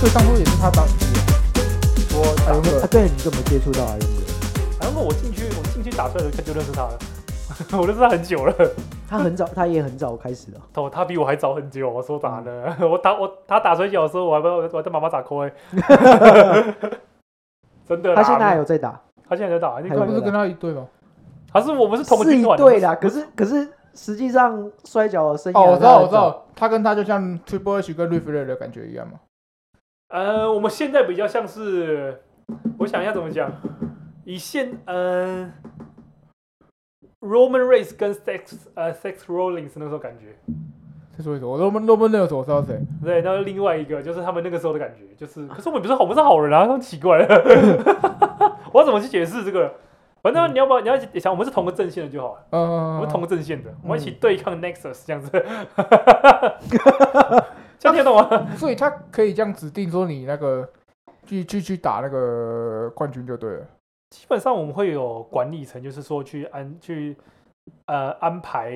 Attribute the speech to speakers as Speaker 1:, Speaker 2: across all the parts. Speaker 1: 所以当初也是他当机啊。
Speaker 2: 我
Speaker 1: 还有
Speaker 2: 打
Speaker 1: 没有？
Speaker 2: 出
Speaker 1: 啊
Speaker 2: 来，
Speaker 1: 对，你怎么接触到还有没有？
Speaker 2: 然后我进去，我进去打出来的时候就认识他了， 我认识他很久了。
Speaker 1: 他 很早，他也很早开始的。
Speaker 2: 哦，他比我还早很久，我说打呢，
Speaker 1: 嗯
Speaker 2: 我打我他打水饺的时候，我还不我还在妈妈打 call 哎、 真的啦，
Speaker 1: 他现在还有在打，
Speaker 2: 他现在在打，你
Speaker 1: 还
Speaker 3: 他
Speaker 1: 有
Speaker 2: 看
Speaker 3: 不是跟他一队吗？
Speaker 2: 还是我们是同个
Speaker 1: 是
Speaker 2: 军
Speaker 1: 一
Speaker 2: 团的
Speaker 1: 对啦。可是可是实际上摔跤的生涯，
Speaker 3: 哦，我知道，我知。道，他跟他就像 Triple H 跟 r i f l e 的感觉一样嘛。
Speaker 2: 呃，我们现在比较像是，我想一下怎么讲，以现嗯、Roman Reigns 跟 Sex 呃 Sex Rollins 那时候感觉，
Speaker 3: 再说一说，我罗曼罗曼那个时候我知道谁，
Speaker 2: 对，然后另外一个就是他们那个时候的感觉，就是，可是我们不是好，我们是好人啊，他们奇怪了， 我要怎么去解释这个？反正你要不要你要想，我们是同个阵线的就好了，我
Speaker 3: 呃
Speaker 2: 们，同个阵线的，我们一起
Speaker 1: 嗯
Speaker 2: 对抗 Nexus 这样子， 这样听得懂吗？
Speaker 1: 啊
Speaker 3: 所以他可以这样指定说你那个去去去打那个冠军就对了。
Speaker 2: 基本上我们会有管理层，就是说去安去呃安排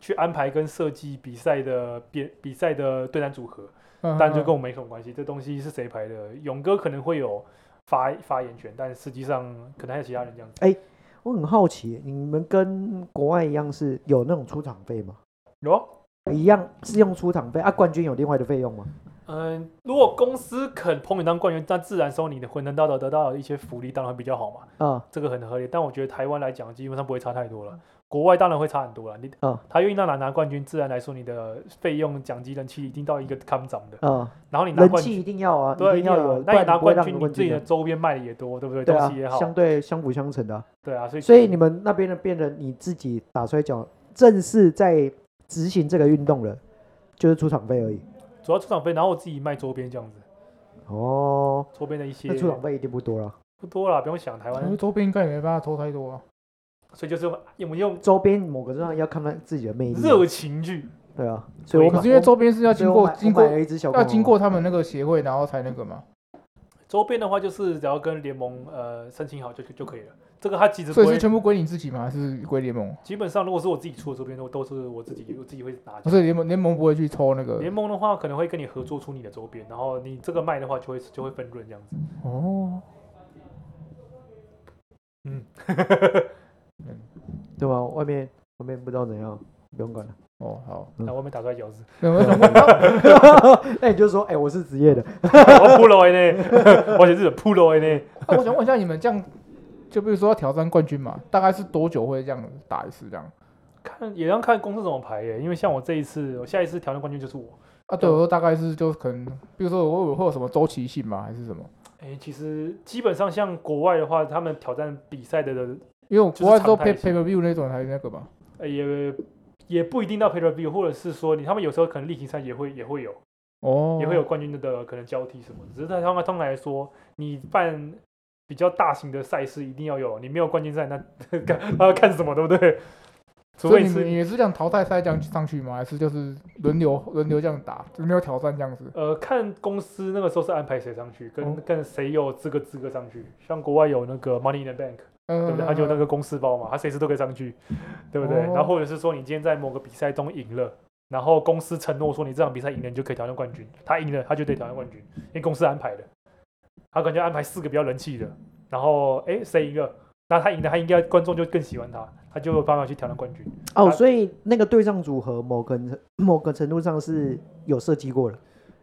Speaker 2: 去安排跟设计比赛的比比赛的对战组合，
Speaker 3: 嗯
Speaker 2: 但就跟我没什么关系。这东西是谁排的？勇哥可能会有发发言权，但实际上可能还有其他人这样子。
Speaker 1: 我很好奇，你们跟国外一样是有那种出场费吗？
Speaker 2: 有啊，
Speaker 1: 一样是用出场费啊？冠军有另外的费用吗？
Speaker 2: 嗯，如果公司肯捧你当官员，那自然收你的混能到的得到的一些福利，当然会比较好嘛，
Speaker 1: 啊、
Speaker 2: 这个很合理。但我觉得台湾来讲，基本上不会差太多了。国外当然会差很多了，你
Speaker 1: 嗯
Speaker 2: 他愿意让拿拿冠军，自然来说你的费用、奖金、人气一定到一个看涨的。
Speaker 1: 啊、
Speaker 2: 然后你拿
Speaker 1: 人
Speaker 2: 冠
Speaker 1: 气
Speaker 2: 军，
Speaker 1: 一定要啊，
Speaker 2: 对，
Speaker 1: 定要
Speaker 2: 啊
Speaker 1: 有，
Speaker 2: 那
Speaker 1: 不
Speaker 2: 你
Speaker 1: 然
Speaker 2: 拿
Speaker 1: 不会
Speaker 2: 冠
Speaker 1: 让
Speaker 2: 军，你
Speaker 1: 冠
Speaker 2: 自己的
Speaker 1: 军啊
Speaker 2: 周边卖的也多，对不对？
Speaker 1: 对
Speaker 2: 东
Speaker 1: 啊
Speaker 2: 西也，好，
Speaker 1: 相对相辅相成的啊、
Speaker 2: 对啊，所以
Speaker 1: 所以你们那边的变成你自己打摔跤，正式在执行这个运动了，就是出场费而已。
Speaker 2: 主要出场费，然后我自己卖周边这样子，
Speaker 1: 哦，
Speaker 2: 周边的一些
Speaker 1: 那出场费一定不多了。
Speaker 2: 不多啦，不用想台湾
Speaker 3: 可，是周边应该也没办法抽太多啊。
Speaker 2: 所以就是用用用
Speaker 1: 周边某个地方要看看自己的
Speaker 3: 嗯
Speaker 1: 魅力，啊
Speaker 2: 热情去，
Speaker 1: 对啊，所以我
Speaker 2: 可
Speaker 1: 买
Speaker 3: 可是因为
Speaker 1: 我
Speaker 3: 周边是要
Speaker 1: 所
Speaker 3: 经
Speaker 1: 以我
Speaker 3: 过
Speaker 1: 买
Speaker 3: 经
Speaker 1: 我买
Speaker 3: 过
Speaker 1: 了一只小
Speaker 3: 要
Speaker 1: 恐
Speaker 3: 经
Speaker 1: 龙啊
Speaker 3: 过他们那个协会，然后才那个嘛。
Speaker 2: 周边的话，就是只要跟联盟呃申请好就就就可以了。这个它其实
Speaker 3: 所
Speaker 2: 不
Speaker 3: 以是
Speaker 2: 会，
Speaker 3: 全部归你自己吗？还是归联盟？
Speaker 2: 基本上如果是我自己出的周边，都都是我自己我自己会拿
Speaker 3: 所以联盟联盟不会去抽那个
Speaker 2: 联盟的话，可能会跟你合作出你的周边，然后你这个卖的话，就会就会分润这样子。
Speaker 3: 哦。
Speaker 1: 对吧？外面外面不知道怎样，不用管了。
Speaker 3: 哦，好，
Speaker 2: 那外面打出来饺子，
Speaker 3: 对我想
Speaker 1: 那你就说，哎、我是职业的，
Speaker 2: 我扑了呢， 我写日本扑了呢。
Speaker 3: 那啊我想问一下，你们这样，就比如说要挑战冠军嘛，大概是多久会这样打一次这样？
Speaker 2: 看也要看公司怎么排耶，因为像我这一次，我下一次挑战冠军就是我。
Speaker 3: 啊，对，我说大概是就可能，比如说我我会有什么周期性吗？还是什么？
Speaker 2: 哎、其实基本上像国外的话，他们挑战比赛的的、
Speaker 3: 因为我国外都
Speaker 2: 就
Speaker 3: pay
Speaker 2: 是常态性
Speaker 3: pay per view 那种才那个嘛。
Speaker 2: 呃也也不一定到 pay per view，或者是说你他们有时候可能例行赛也会也会有，
Speaker 3: 哦，
Speaker 2: 也会有冠军的的可能交替什么的。只是在他们通常来说，你办比较大型的赛事一定要有，你没有冠军赛，那 看他要看什么，对不对？除
Speaker 3: 所以
Speaker 2: 非
Speaker 3: 你们
Speaker 2: 是
Speaker 3: 也是这样淘汰赛这样上去吗？还是就是轮流轮流这样打，轮流挑战这样子？
Speaker 2: 呃，看公司那个时候是安排谁上去，跟
Speaker 3: 哦
Speaker 2: 跟谁有资格资格上去。像国外有那个 Money in the Bank，
Speaker 3: 嗯，
Speaker 2: 对不对？啊他就有那个公司包嘛，他随时都可以上去，对不对？
Speaker 3: 哦
Speaker 2: 然后或者是说你今天在某个比赛中赢了，然后公司承诺说你这场比赛赢了，你就可以挑战冠军。他赢了，他就得挑战冠军，因为公司安排的。他可能就安排四个比较人气的，然后诶，谁赢了，那他赢了，他应该观众就更喜欢他，他就有办法去挑战冠军。
Speaker 1: 哦，
Speaker 2: 啊
Speaker 1: 所以那个对仗组合某个某个程度上是有设计过的，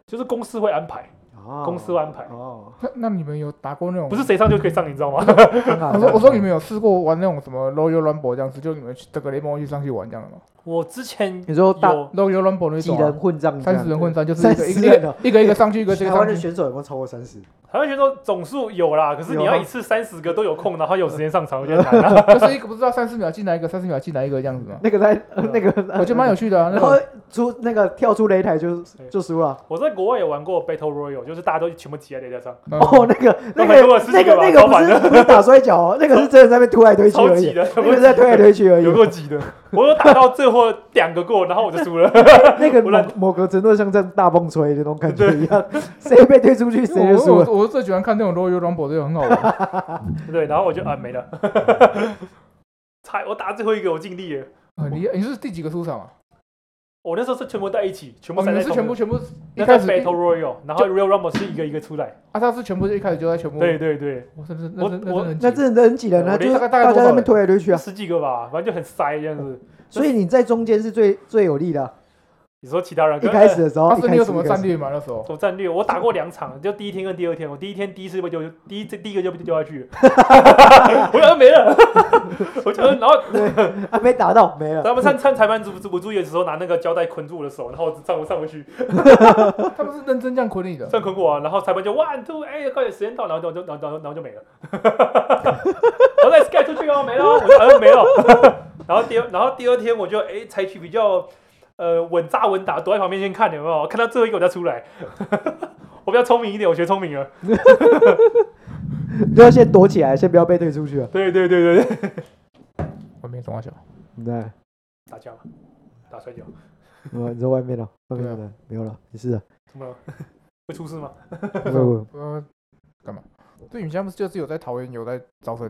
Speaker 2: 就是公司会安排，
Speaker 1: 哦
Speaker 2: 公司会啊安排，
Speaker 1: 哦，
Speaker 3: 那那你们有打过那种？
Speaker 2: 不是谁上就可以上，你知道吗？
Speaker 1: 看看啊
Speaker 3: 我说我说你们有试过玩那种什么 Royal Rumble 这样子，就你们去整个联盟去上去玩这样的吗
Speaker 2: 我之前
Speaker 1: 你说大
Speaker 2: 有
Speaker 3: ？Royal Rumble 那
Speaker 1: 几
Speaker 3: 种
Speaker 1: 人
Speaker 3: 啊，
Speaker 1: 混账这样，
Speaker 3: 三十人混战就是一个一个
Speaker 1: 30
Speaker 3: 一
Speaker 1: 人哦
Speaker 3: 个一个一个上去，一个一个
Speaker 1: 台湾
Speaker 3: 上
Speaker 1: 的
Speaker 3: 去。
Speaker 1: 选手有没有超过三十？
Speaker 2: 台湾选手总数有啦，可是你
Speaker 1: 有
Speaker 2: 要
Speaker 1: 吗
Speaker 2: 一次三十个都有空，然后有时间上场，有点难 啊。
Speaker 3: 就是一个不知道三十秒进来一个，三十秒进来一个这样子嘛。
Speaker 1: 那个在、 呃哦那个，
Speaker 3: 我觉得蛮 有趣的啊。那
Speaker 1: 然后
Speaker 3: 种
Speaker 1: 出那个跳出擂台就
Speaker 2: 对
Speaker 1: 就输了。
Speaker 2: 我在国外也玩过 Battle Royal，就是大家都全部挤在擂 台上，
Speaker 3: 嗯
Speaker 1: 哦，那个那
Speaker 2: 还
Speaker 1: 个
Speaker 2: 跟我是
Speaker 1: 那个
Speaker 2: 这个吧
Speaker 1: 那个不是
Speaker 2: 超烦
Speaker 1: 不是打摔跤哦，那个是真的在那边推来推去
Speaker 2: 超
Speaker 1: 而
Speaker 2: 挤
Speaker 1: 已，
Speaker 2: 的，
Speaker 1: 那个是在推来推去而已
Speaker 2: 有。够挤的。我有打到最后两个过，然后我就输了。
Speaker 1: 那个
Speaker 2: 不然
Speaker 1: 某某个程度像这样大风吹的那种感觉一样，谁被推出去
Speaker 3: 因
Speaker 1: 谁
Speaker 3: 为
Speaker 1: 就
Speaker 3: 我
Speaker 1: 输
Speaker 3: 我
Speaker 1: 了。
Speaker 3: 我最喜欢看那种 Royal Rumble，这个很好 玩。
Speaker 2: 对，然后我就啊没了， 差我打最后一个我尽力了。
Speaker 3: 很厉害。你是第几个出场啊？
Speaker 2: 我那时候是全部在一起，全
Speaker 3: 哦，
Speaker 2: 部
Speaker 3: 你
Speaker 2: 塞
Speaker 3: 们是
Speaker 2: 在同
Speaker 3: 全
Speaker 2: 一
Speaker 3: 部
Speaker 2: 个
Speaker 3: 全部一
Speaker 2: 那
Speaker 3: 开
Speaker 2: 在
Speaker 3: 始
Speaker 2: Battle Royal，然后 Real Rumble 是一个一个出来。
Speaker 3: 啊，他是全部一开始就在全部，
Speaker 2: 对对对，
Speaker 3: 哇，真的是，
Speaker 2: 我
Speaker 3: 那真那
Speaker 2: 我
Speaker 3: 真的
Speaker 1: 那
Speaker 3: 很挤
Speaker 1: 真的很挤人
Speaker 2: 我
Speaker 1: 啊，
Speaker 2: 连
Speaker 1: 就是
Speaker 3: 大概大概
Speaker 1: 大
Speaker 3: 多少
Speaker 1: 家在那
Speaker 3: 人
Speaker 1: 边推来推去啊，
Speaker 2: 十几个吧，反正就很塞这样子。
Speaker 1: 所以你在中间是最最有利的啊。
Speaker 2: 你说其他人
Speaker 1: 一
Speaker 2: 跟
Speaker 1: 开始的时候，
Speaker 3: 当
Speaker 1: 哦一
Speaker 3: 时
Speaker 1: 开
Speaker 3: 你
Speaker 1: 始
Speaker 3: 有什么
Speaker 1: 一开
Speaker 3: 战
Speaker 1: 始
Speaker 3: 略吗？那 时候
Speaker 2: 什么战略？我打过两场，就第一天跟第二天。我第一天第一次被丢，第一这第一个就被丢下去了， 我想没了， 我就然后
Speaker 1: 啊，没打到没 了。
Speaker 2: 他们看看裁判注不注意的时候，拿那个胶带捆住我的手，然后我上我上不去，
Speaker 3: 他们是认真这样捆你的，
Speaker 2: 上捆我啊，然后裁判就 one two，哎，快点时间到，然后就就然后然后然后就没了， 然后再 sky 出去哦，没了，我就好像没了。 然后第二然后第二天我就哎采取比较呃稳扎稳打，躲在旁边先看有没有，看到最后一个我再出来。 我比较聪明一点，我学聪明了。
Speaker 1: 你就要先躲起来，先不要被推出去啊，
Speaker 2: 对对对对对，
Speaker 3: 我没中华小，
Speaker 1: 你在，
Speaker 2: 打架嘛，打摔跤，
Speaker 1: 我嗯你在外面了，外面
Speaker 3: 对啊
Speaker 1: 的没有了，没事的，
Speaker 2: 怎么了？ 会出事吗？
Speaker 1: 不会不会
Speaker 3: 呃，干嘛？对，你们现在不是就是有在桃园有在招生？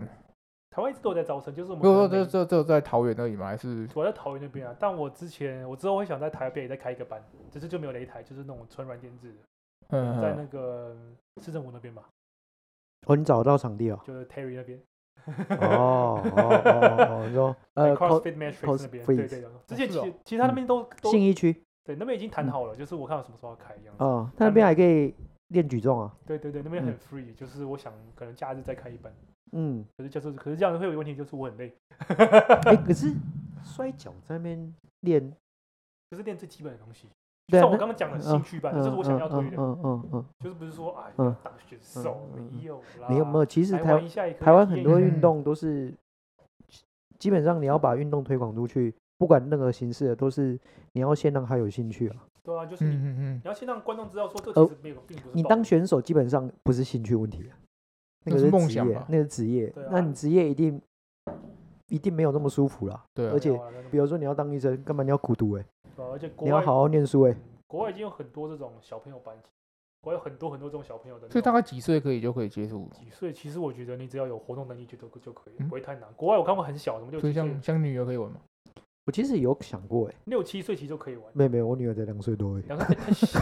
Speaker 2: 台湾一直都有在招生，就是我们
Speaker 3: 没有，
Speaker 2: 可能
Speaker 3: 这这
Speaker 2: 每
Speaker 3: 这在桃园而已吗？还是
Speaker 2: 我在桃园那边啊，但我之前我之后会想在台北再开一个班，只是就没有擂台，就是那种纯软件制的，在那
Speaker 3: 嗯，
Speaker 2: 个市政府那边吧，。
Speaker 1: 哦，你找到场地了
Speaker 2: 就是 Terry 那边，
Speaker 1: 哦哦哦哦，你说
Speaker 2: 在
Speaker 1: 呃，口
Speaker 2: CrossFit Matrix
Speaker 1: Coast
Speaker 2: 那边，对
Speaker 1: Freeze
Speaker 2: 对对，之前
Speaker 3: 是哦
Speaker 2: 其其他那边都
Speaker 1: 嗯
Speaker 2: 都
Speaker 1: 信义嗯区
Speaker 2: 对那边已经谈好了，就是我看我什么时候要开一样子。
Speaker 1: 啊，他那边还可以练举重啊。
Speaker 2: 对对对，那边
Speaker 1: 嗯
Speaker 2: 很 free，就是我想可能假日再开一班，
Speaker 1: 嗯，
Speaker 2: 可是就是可是这样会有一个问题，就是我很累，
Speaker 1: 哎，可是摔跤在那边练，
Speaker 2: 就是练最基本的东西。
Speaker 1: 对啊
Speaker 2: 像我
Speaker 1: 那
Speaker 2: 刚刚讲的
Speaker 1: 嗯
Speaker 2: 兴趣班，这是我想要推
Speaker 1: 嗯
Speaker 2: 的，
Speaker 1: 嗯嗯嗯
Speaker 2: 就是不是说哎
Speaker 1: 嗯
Speaker 2: 打选手
Speaker 1: 嗯嗯
Speaker 2: 没有啦，
Speaker 1: 嗯，没有没有，其实
Speaker 2: 来
Speaker 1: 台
Speaker 2: 玩一下也可以
Speaker 1: 台湾
Speaker 2: 体
Speaker 1: 很
Speaker 2: 验一
Speaker 1: 多
Speaker 2: 下
Speaker 1: 运动都是，基本上你要把运动推广出去，不管任何形式的，都是你要先让他有兴趣啊。
Speaker 2: 对啊，就是你
Speaker 3: 嗯嗯
Speaker 2: 你要先让观众知道说，这
Speaker 1: 呃
Speaker 2: 其实没有，并不是
Speaker 1: 你
Speaker 2: 暴
Speaker 1: 当
Speaker 2: 力
Speaker 1: 选手基本上不是兴趣问题啊，
Speaker 3: 那
Speaker 1: 那个
Speaker 3: 是梦
Speaker 1: 职
Speaker 3: 想
Speaker 1: 业
Speaker 3: 吧，
Speaker 1: 那个职业
Speaker 2: 对，
Speaker 1: 那
Speaker 2: 啊
Speaker 1: 你职业一定一定没有那么舒服啦。
Speaker 3: 对啊
Speaker 1: 而且
Speaker 2: 没有啊那种
Speaker 1: 比如说你要当医生，干嘛你要苦读哎、
Speaker 2: 对啊而且国
Speaker 1: 你要
Speaker 2: 外
Speaker 1: 好好念书哎、
Speaker 2: 嗯国外已经有很多这种小朋友班级，国外有很多很多这种小朋友的那种，
Speaker 3: 所以大概几岁可以就可以接触？
Speaker 2: 几岁？其实我觉得你只要有活动能力就都就可以了，
Speaker 3: 嗯
Speaker 2: 不会太难。国外我看过很小，什么六
Speaker 3: 所以
Speaker 2: 七岁
Speaker 3: 像，像女儿可以玩吗？
Speaker 1: 我其实有想过哎、
Speaker 2: 六七岁其实就可以玩。
Speaker 1: 没有没有，我女儿才两岁多哎、
Speaker 2: 两岁太 小，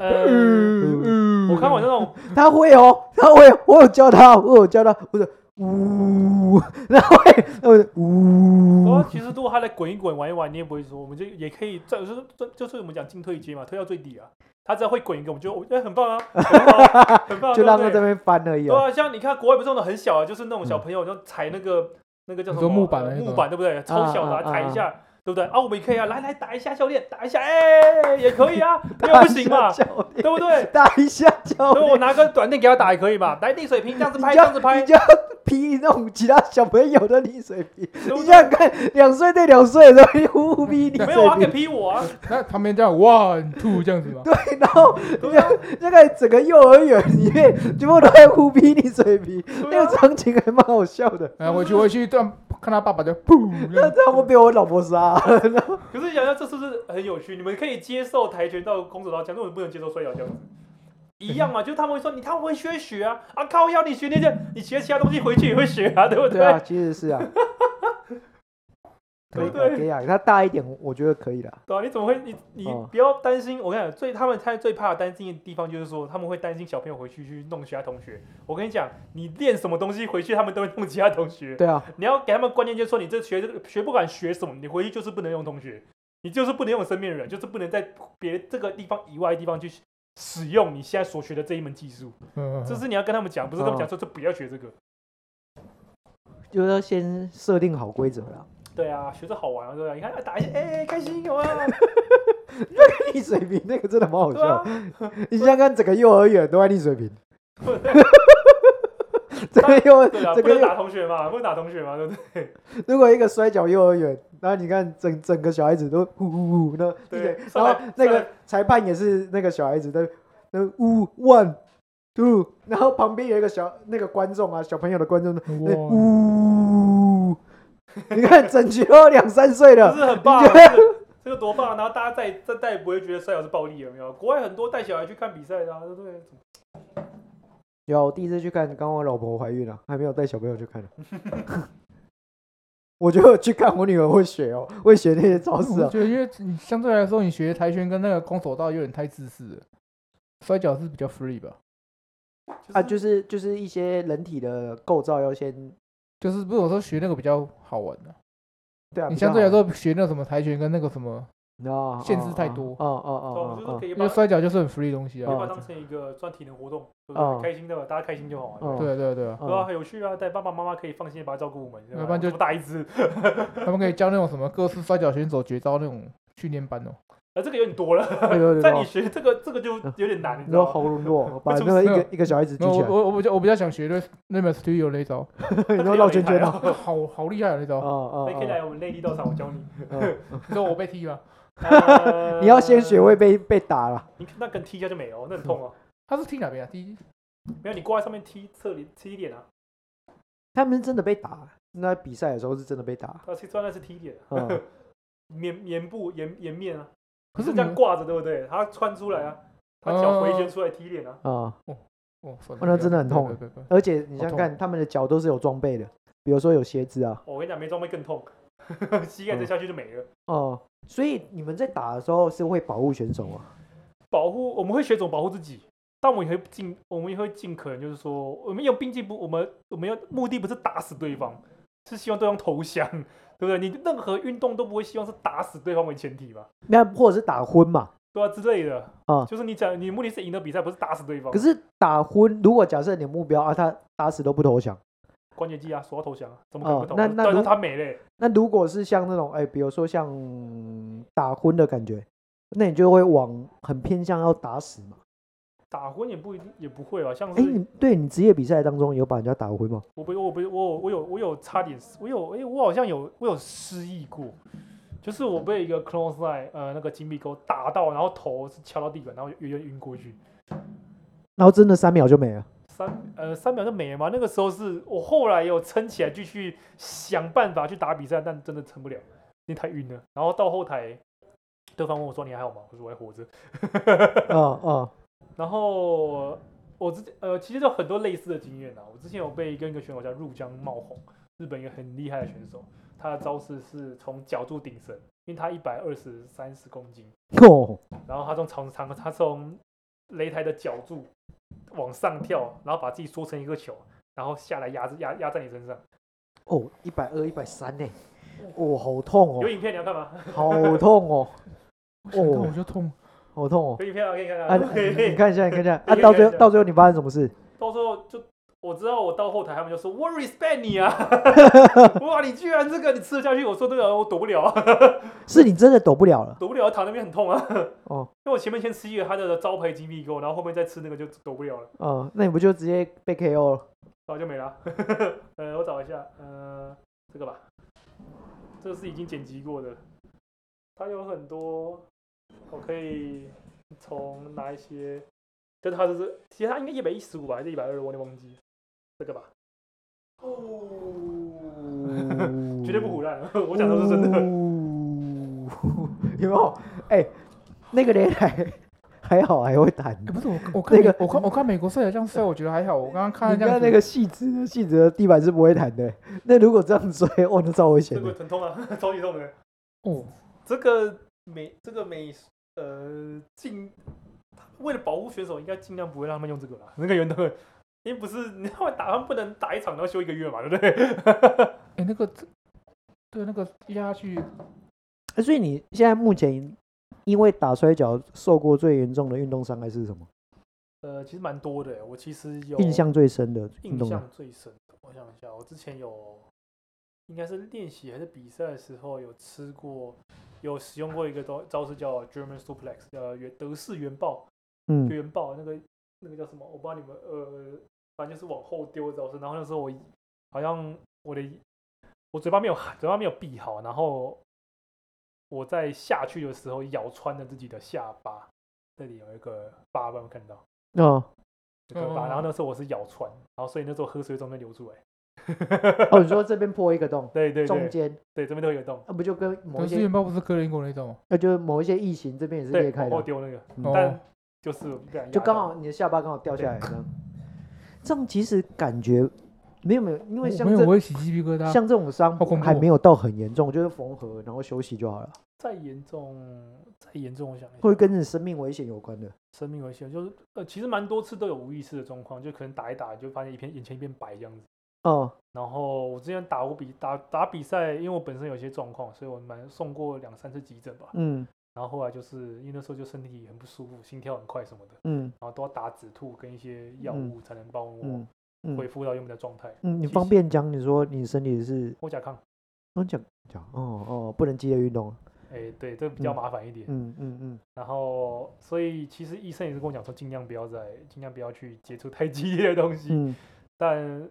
Speaker 2: 呃，我看过那种
Speaker 1: 她会哦，她会哦，我有教她，我有教她，我说呜， 然后会，然后我就
Speaker 2: 哦，
Speaker 1: 呜，
Speaker 2: 其实如果他来滚一滚玩一玩，你也不会说，我们就也可以在就是就是我们讲进退阶嘛，推到最底啊。他只要会滚一个，我们就我觉得很棒啊，很棒啊，很棒啊，
Speaker 1: 就
Speaker 2: 对不
Speaker 1: 让她
Speaker 2: 对
Speaker 1: 在那边翻而已、
Speaker 2: 对
Speaker 1: 啊。
Speaker 2: 啊，像你看国外不是那种很小啊，就是那种小朋友就踩那个那个叫什
Speaker 3: 你说
Speaker 2: 么
Speaker 3: 木板的那个
Speaker 2: 木板对不对？超小的啊
Speaker 1: 啊啊啊
Speaker 2: 踩一下，对不对？啊，我们也可以啊，来来打一下教练，打一下，哎，也可以啊，没有不行嘛，
Speaker 1: 教练，
Speaker 2: 对不对？
Speaker 1: 打一下教
Speaker 2: 所以我
Speaker 1: 练，
Speaker 2: 拿根短电给他打也可以嘛，来逆水平这样子
Speaker 1: 你
Speaker 2: 拍，
Speaker 1: 就
Speaker 2: 这样子拍
Speaker 1: 你，就要批那种其他小朋友的逆水平。
Speaker 2: 对不
Speaker 1: 你
Speaker 2: 对
Speaker 1: 想想看，两岁对两岁的时候，你呼呼逼逆水
Speaker 2: 没有啊，他
Speaker 1: 平
Speaker 2: 敢，劈我啊，
Speaker 3: 那哎旁边这样 one two 这样 子吗？
Speaker 1: 对，然后
Speaker 2: 对啊
Speaker 1: 这个整个幼儿园里面全部都在呼逼逆水平，
Speaker 2: 对
Speaker 1: 那
Speaker 2: 啊
Speaker 1: 个场景还蛮好笑的。
Speaker 3: 哎，回去回去，但看他爸爸就
Speaker 2: 啊
Speaker 3: 噗这
Speaker 1: 那
Speaker 3: 样，
Speaker 1: 这样会被我老婆杀，
Speaker 2: 可是想想这是不是很有趣？你们可以接受跆拳道、空手道，讲那我们不能接受摔跤这样子。一样嘛，就是他们会说你，他们会学学啊啊靠腰，你学那些，你学其他东西回去也会学啊，对不
Speaker 1: 对啊，其实是啊，
Speaker 2: 对不
Speaker 1: 可以
Speaker 2: 对
Speaker 1: 可以啊，他大一点，我觉得可以了。
Speaker 2: 对啊，你怎么会？你你
Speaker 1: 哦
Speaker 2: 不要担心。我跟你讲，最他们他最怕担心的地方就是说，他们会担心小朋友回去去弄其他同学。我跟你讲，你练什么东西回去，他们都会弄其他同学。
Speaker 1: 对啊，
Speaker 2: 你要给他们观念，就是说，你这学这个学不管学什么，你回去就是不能用同学，你就是不能用身边的人，就是不能在别这个地方以外的地方去使用你现在所学的这一门技术。
Speaker 1: 哦
Speaker 3: 嗯，
Speaker 2: 这是你要跟他们讲，不是跟他们讲说，这不要学这个。
Speaker 1: 就是要先设定好规则 啦。
Speaker 2: 对啊，学着好玩啊，对吧、你看啊打一下，哎、开心有啊，
Speaker 1: 逆水平那个真的蛮 好
Speaker 2: 对啊
Speaker 1: 笑，，你想想看，整个幼儿园都在逆水平，整个幼儿
Speaker 2: 对啊，
Speaker 1: 整
Speaker 2: 不
Speaker 1: 个
Speaker 2: 能
Speaker 1: 幼
Speaker 2: 打同学嘛，不能打同学嘛，对不对？
Speaker 1: 如果一个摔跤幼儿园，然后你看整整个小孩子都呼呼呼，那
Speaker 2: 对
Speaker 1: 对，然
Speaker 2: 上来
Speaker 1: 后那
Speaker 2: 上
Speaker 1: 个
Speaker 2: 来
Speaker 1: 裁判也是那个小孩子在那呜 one two，然后旁边有一个小那个观众啊，小朋友的观众那
Speaker 3: 嗯哇，
Speaker 1: 呜， 你看整局都两三岁
Speaker 2: 不
Speaker 1: 的，
Speaker 2: 是很棒、
Speaker 1: 你觉
Speaker 2: 啊
Speaker 1: 得，
Speaker 2: 这个这个多棒啊、然后大家再再再也不会觉得摔跤是暴力，有没有？国外很多带小孩去看比赛的、啊，对不对？
Speaker 1: 有第一次去看，刚刚我老婆怀孕了，还没有带小朋友去看呢。 我觉得我去看我女儿会学哦，会学那些招式
Speaker 3: 我
Speaker 1: 哦。
Speaker 3: 觉得，因为你相对来说，你学跆拳跟那个空手道有点太自私了，摔跤是比较 free 吧？
Speaker 1: 啊，就是就是一些人体的构造要先
Speaker 3: 就是不是我说学那个比较好玩的、
Speaker 1: 对啊，
Speaker 3: 你
Speaker 1: 比较
Speaker 3: 相对来
Speaker 1: 好
Speaker 3: 说学那个什么跆拳跟那个什么，
Speaker 1: 哦
Speaker 3: 限制太多
Speaker 1: 哦哦
Speaker 2: 哦，
Speaker 1: 哦
Speaker 2: 就是
Speaker 1: 哦
Speaker 2: 可以
Speaker 3: 因
Speaker 2: 把
Speaker 3: 为摔跤就是很 free 的东西
Speaker 2: 可以
Speaker 3: 啊。
Speaker 2: 把它当成一个赚体能活动，对不
Speaker 1: 哦
Speaker 2: 对？开心的，大家开心就好
Speaker 1: 哦
Speaker 2: 嘛。
Speaker 1: 哦，
Speaker 3: 对啊对啊对啊，
Speaker 2: 对啊，很有趣啊！带爸爸妈妈可以放心地把它照顾我们，对吧
Speaker 3: 要不然就
Speaker 2: 这么大一只，
Speaker 3: 他们可以教那种什么各式摔跤选手绝招那种训练班哦。
Speaker 2: 啊，这个有点多了。
Speaker 1: 对对哦
Speaker 2: 在
Speaker 1: 对
Speaker 2: 你，学 这个，这个就有点难，你
Speaker 1: 你
Speaker 2: 知道
Speaker 1: 说
Speaker 2: 吗？
Speaker 1: 喉 咙弱，把那
Speaker 2: 出
Speaker 1: 个一
Speaker 3: 事
Speaker 1: 个
Speaker 3: 了
Speaker 1: 一个小孩子举
Speaker 3: 那
Speaker 1: 起
Speaker 3: 我
Speaker 1: 来，
Speaker 3: 我我比较我比较想学那那 m a s t u r o 那一招，
Speaker 1: 你说绕圈圈
Speaker 2: 啊
Speaker 1: 哦，！
Speaker 3: 好好厉害啊那
Speaker 1: 哦
Speaker 3: 招！
Speaker 1: 哦
Speaker 2: 那哎你可以来我们内地道场，我教 你。
Speaker 1: 哦，
Speaker 3: 你说我被踢吗？
Speaker 2: 呃
Speaker 1: 你要先学，会被被打了。
Speaker 2: 你那跟踢一下就没了，那很痛哦。
Speaker 3: 他是踢哪边啊？踢
Speaker 2: 没有，你挂在上面踢侧脸，踢脸啊！
Speaker 1: 他们是真的被打，那比赛的时候是真的被打。
Speaker 2: 啊，踢穿那是踢脸，
Speaker 1: 嗯，
Speaker 2: 棉棉布颜颜面啊，
Speaker 3: 可是
Speaker 2: 是
Speaker 3: 你
Speaker 2: 这样挂着对不对？他穿出来啊，他脚回旋出来踢脸啊。
Speaker 1: 啊，
Speaker 3: 哦，算了
Speaker 1: 哦那真的很痛
Speaker 3: 对对对对
Speaker 1: 而且你
Speaker 3: 好
Speaker 1: 想想
Speaker 3: 痛
Speaker 1: 看，他们的脚都是有装备的，比如说有鞋子啊，
Speaker 2: 我跟你讲，没装备更痛， 膝盖再下去就没了。
Speaker 1: 哦，所以你们在打的时候是会保护选手啊，
Speaker 2: 保护我们会学怎么保护自己，但我们也会尽我们也会尽可能就是说，我们用兵器不，我们我们要目的不是打死对方，是希望对方投降，对不对？你任何运动都不会希望是打死对方为前提吧，
Speaker 1: 那或者是打昏嘛。
Speaker 2: 对吧、之类的
Speaker 1: 啊
Speaker 2: 就是你讲你目的是赢得比赛，不是打死对方。
Speaker 1: 可是打昏，如果假设你的目标啊，他打死都不投降，
Speaker 2: 关节技啊，说要投降啊，怎么可能
Speaker 1: 哦
Speaker 2: 不投？
Speaker 1: 那那
Speaker 2: 但是
Speaker 1: 如
Speaker 2: 他没嘞，
Speaker 1: 那如果是像那种哎、比如说像打昏的感觉，那你就会往很偏向要打死嘛。
Speaker 2: 打昏也不一定也不会吧？啊像
Speaker 1: 哎、
Speaker 2: 是、
Speaker 1: 你对你职业比赛当中有把人家打昏吗？
Speaker 2: 我不我不我有我有我有差点我有哎、我好像有我有失忆过，就是我被一个 close line 呃那个金币钩打到，然后头是敲到地板，然后有点晕过去，
Speaker 1: 然后真的三秒就没了。
Speaker 2: 三呃三秒就没了嘛。那个时候是我后来有撑起来，继续想办法去打比赛，但真的撑不了，因为太晕了。然后到后台，对方问我说你还好吗？我说我还活着。
Speaker 1: 啊啊
Speaker 2: 然后我之前呃，其实有很多类似的经验啊。我之前有被跟一个选手叫入江茂宏，日本一个很厉害的选手，他的招式是从脚柱顶绳，因为他一百二十三十公斤，
Speaker 1: 哦
Speaker 2: 然后他从长长他从擂台的脚柱往上跳，然后把自己缩成一个球，然后下来压制压压在你身上。
Speaker 1: 哦，一百二一百三呢，哦，好痛
Speaker 2: 有
Speaker 1: 哦，
Speaker 2: 影片你要干嘛？
Speaker 1: 好痛哦，
Speaker 3: 我想到我就痛。
Speaker 1: 好痛 哦。
Speaker 2: 有影片啊，可以看
Speaker 1: 啊，
Speaker 2: 看。可以可
Speaker 1: 你
Speaker 2: 以
Speaker 1: 看一下，你看一下，啊，
Speaker 2: 可以
Speaker 1: 到
Speaker 2: 可
Speaker 1: 最
Speaker 2: 以可
Speaker 1: 后
Speaker 2: 以
Speaker 1: 到最后你发生什么事？
Speaker 2: 到时候就我知道，我到后台他们就说我 respect 你啊， 哇，你居然这个你吃得下去？我说这个我躲不了啊，
Speaker 1: 是你真的抖不 了了
Speaker 2: 躲不了，躺那边很痛啊。
Speaker 1: 哦，
Speaker 2: 因为我前面先吃一个他的招牌金币钩，然后后面再吃那个就躲不了了，
Speaker 3: 哦
Speaker 1: 嗯，那你不就直接被 KO 了？
Speaker 2: 然后就没了。 呃，我找一下，呃，这个吧，这个是已经剪辑过的，它有很多，我可以从哪一些，就是它就是，其实它应该一百一十五吧，还是一百二，我有点忘记，这个吧。哦， 绝对不胡乱， 我讲的都是真的。
Speaker 1: 哦 有没有？哎、那个擂台还好，还会弹
Speaker 3: 哎，。不是我，我看美
Speaker 1: 那个
Speaker 3: 我看我看美国摔跤这样摔，我觉得还好。我刚刚看了
Speaker 1: 你
Speaker 3: 这样
Speaker 1: 看那
Speaker 3: 子
Speaker 1: 个细致的细致的地板是不会弹的，那如果这样摔，哦，那超危
Speaker 2: 这
Speaker 1: 险
Speaker 2: 个
Speaker 1: 的。
Speaker 2: 疼痛啊， 超级痛的。
Speaker 3: 哦，
Speaker 2: 这个美这个美呃尽为了保护选手，应该尽量不会让他们用这个啦。那个原的，因为不是你他们打他们不能打一场然后休一个月嘛，对不对？
Speaker 3: 哎，那个对那个压下去，
Speaker 1: 哎所以你现在目前因为打摔跤受过最严重的运动伤害是什么？
Speaker 2: 呃，其实蛮多的，我其实有
Speaker 1: 印象最深的运
Speaker 2: 印
Speaker 1: 动伤
Speaker 2: 象最深的，我想一下，我之前有应该是练习还是比赛的时候有吃过，有使用过一个招招式叫 German Suplex，呃，原德式原爆。
Speaker 1: 嗯
Speaker 2: 就，原爆那个那个叫什么？我不知道你们呃，反正就是往后丢的招式。然后那时候我好像我的我嘴巴没有嘴巴没有闭好，然后我在下去的时候咬穿了自己的下巴，这里有一个疤，有没有看到？
Speaker 1: 哦，
Speaker 2: 有个疤。
Speaker 3: 哦
Speaker 2: 然后那时候我是咬穿，然后所以那时候喝水从那流出来。
Speaker 1: 哦，你说这边破一个洞，
Speaker 2: 对对
Speaker 1: 中
Speaker 2: 对
Speaker 1: 间
Speaker 2: 对，这边都有一个洞，
Speaker 1: 那、不就跟某
Speaker 3: 可
Speaker 1: 一
Speaker 3: 是
Speaker 1: 些
Speaker 3: 面包不是哥林果那种吗？
Speaker 1: 那就是某一些异形这边也是裂
Speaker 2: 对，
Speaker 1: 开
Speaker 2: 往
Speaker 1: 的
Speaker 2: 后
Speaker 1: 啊，
Speaker 2: 丢那个，
Speaker 1: 哦
Speaker 2: 但就是不小心
Speaker 1: 就
Speaker 2: 压
Speaker 1: 刚
Speaker 2: 到
Speaker 1: 好你的下巴刚好掉下来这样。这样其实感觉没有没有，因
Speaker 3: 我
Speaker 1: 为像
Speaker 3: 没有，
Speaker 1: 这
Speaker 3: 我会起鸡皮疙瘩。
Speaker 1: 像这种伤
Speaker 3: 好恐怖
Speaker 1: 还
Speaker 3: 哦
Speaker 1: 没有到很严重，就是缝合然后休息就好了，
Speaker 2: 再严重，再严重，我想一下
Speaker 1: 会跟你生命危险有关的。
Speaker 2: 生命危险，就是呃，其实蛮多次都有无意识的状况，就可能打一打就发现一片眼前一片白这样子。
Speaker 1: 哦、
Speaker 2: 然后我之前打过比打打比赛，因为我本身有一些状况，所以我蛮送过两三次急诊吧。
Speaker 1: 嗯
Speaker 2: 然后后来就是因为那时候就身体很不舒服，心跳很快什么的，
Speaker 1: 嗯
Speaker 2: 然后都要打止吐跟一些药
Speaker 1: 嗯
Speaker 2: 物才能帮我
Speaker 1: 嗯嗯
Speaker 2: 恢复到原本的状态。
Speaker 1: 嗯，你
Speaker 2: 其
Speaker 1: 方
Speaker 2: 实
Speaker 1: 便讲你说你身体是，
Speaker 2: 我甲亢，
Speaker 1: 我讲讲哦哦，不能激烈运动。
Speaker 2: 哎，对，这比较
Speaker 1: 嗯
Speaker 2: 麻烦一点。
Speaker 1: 嗯嗯嗯，
Speaker 2: 然后，所以其实医生也是跟我讲说，尽量不要再，尽量不要去接触太激烈的东西。
Speaker 1: 嗯，
Speaker 2: 但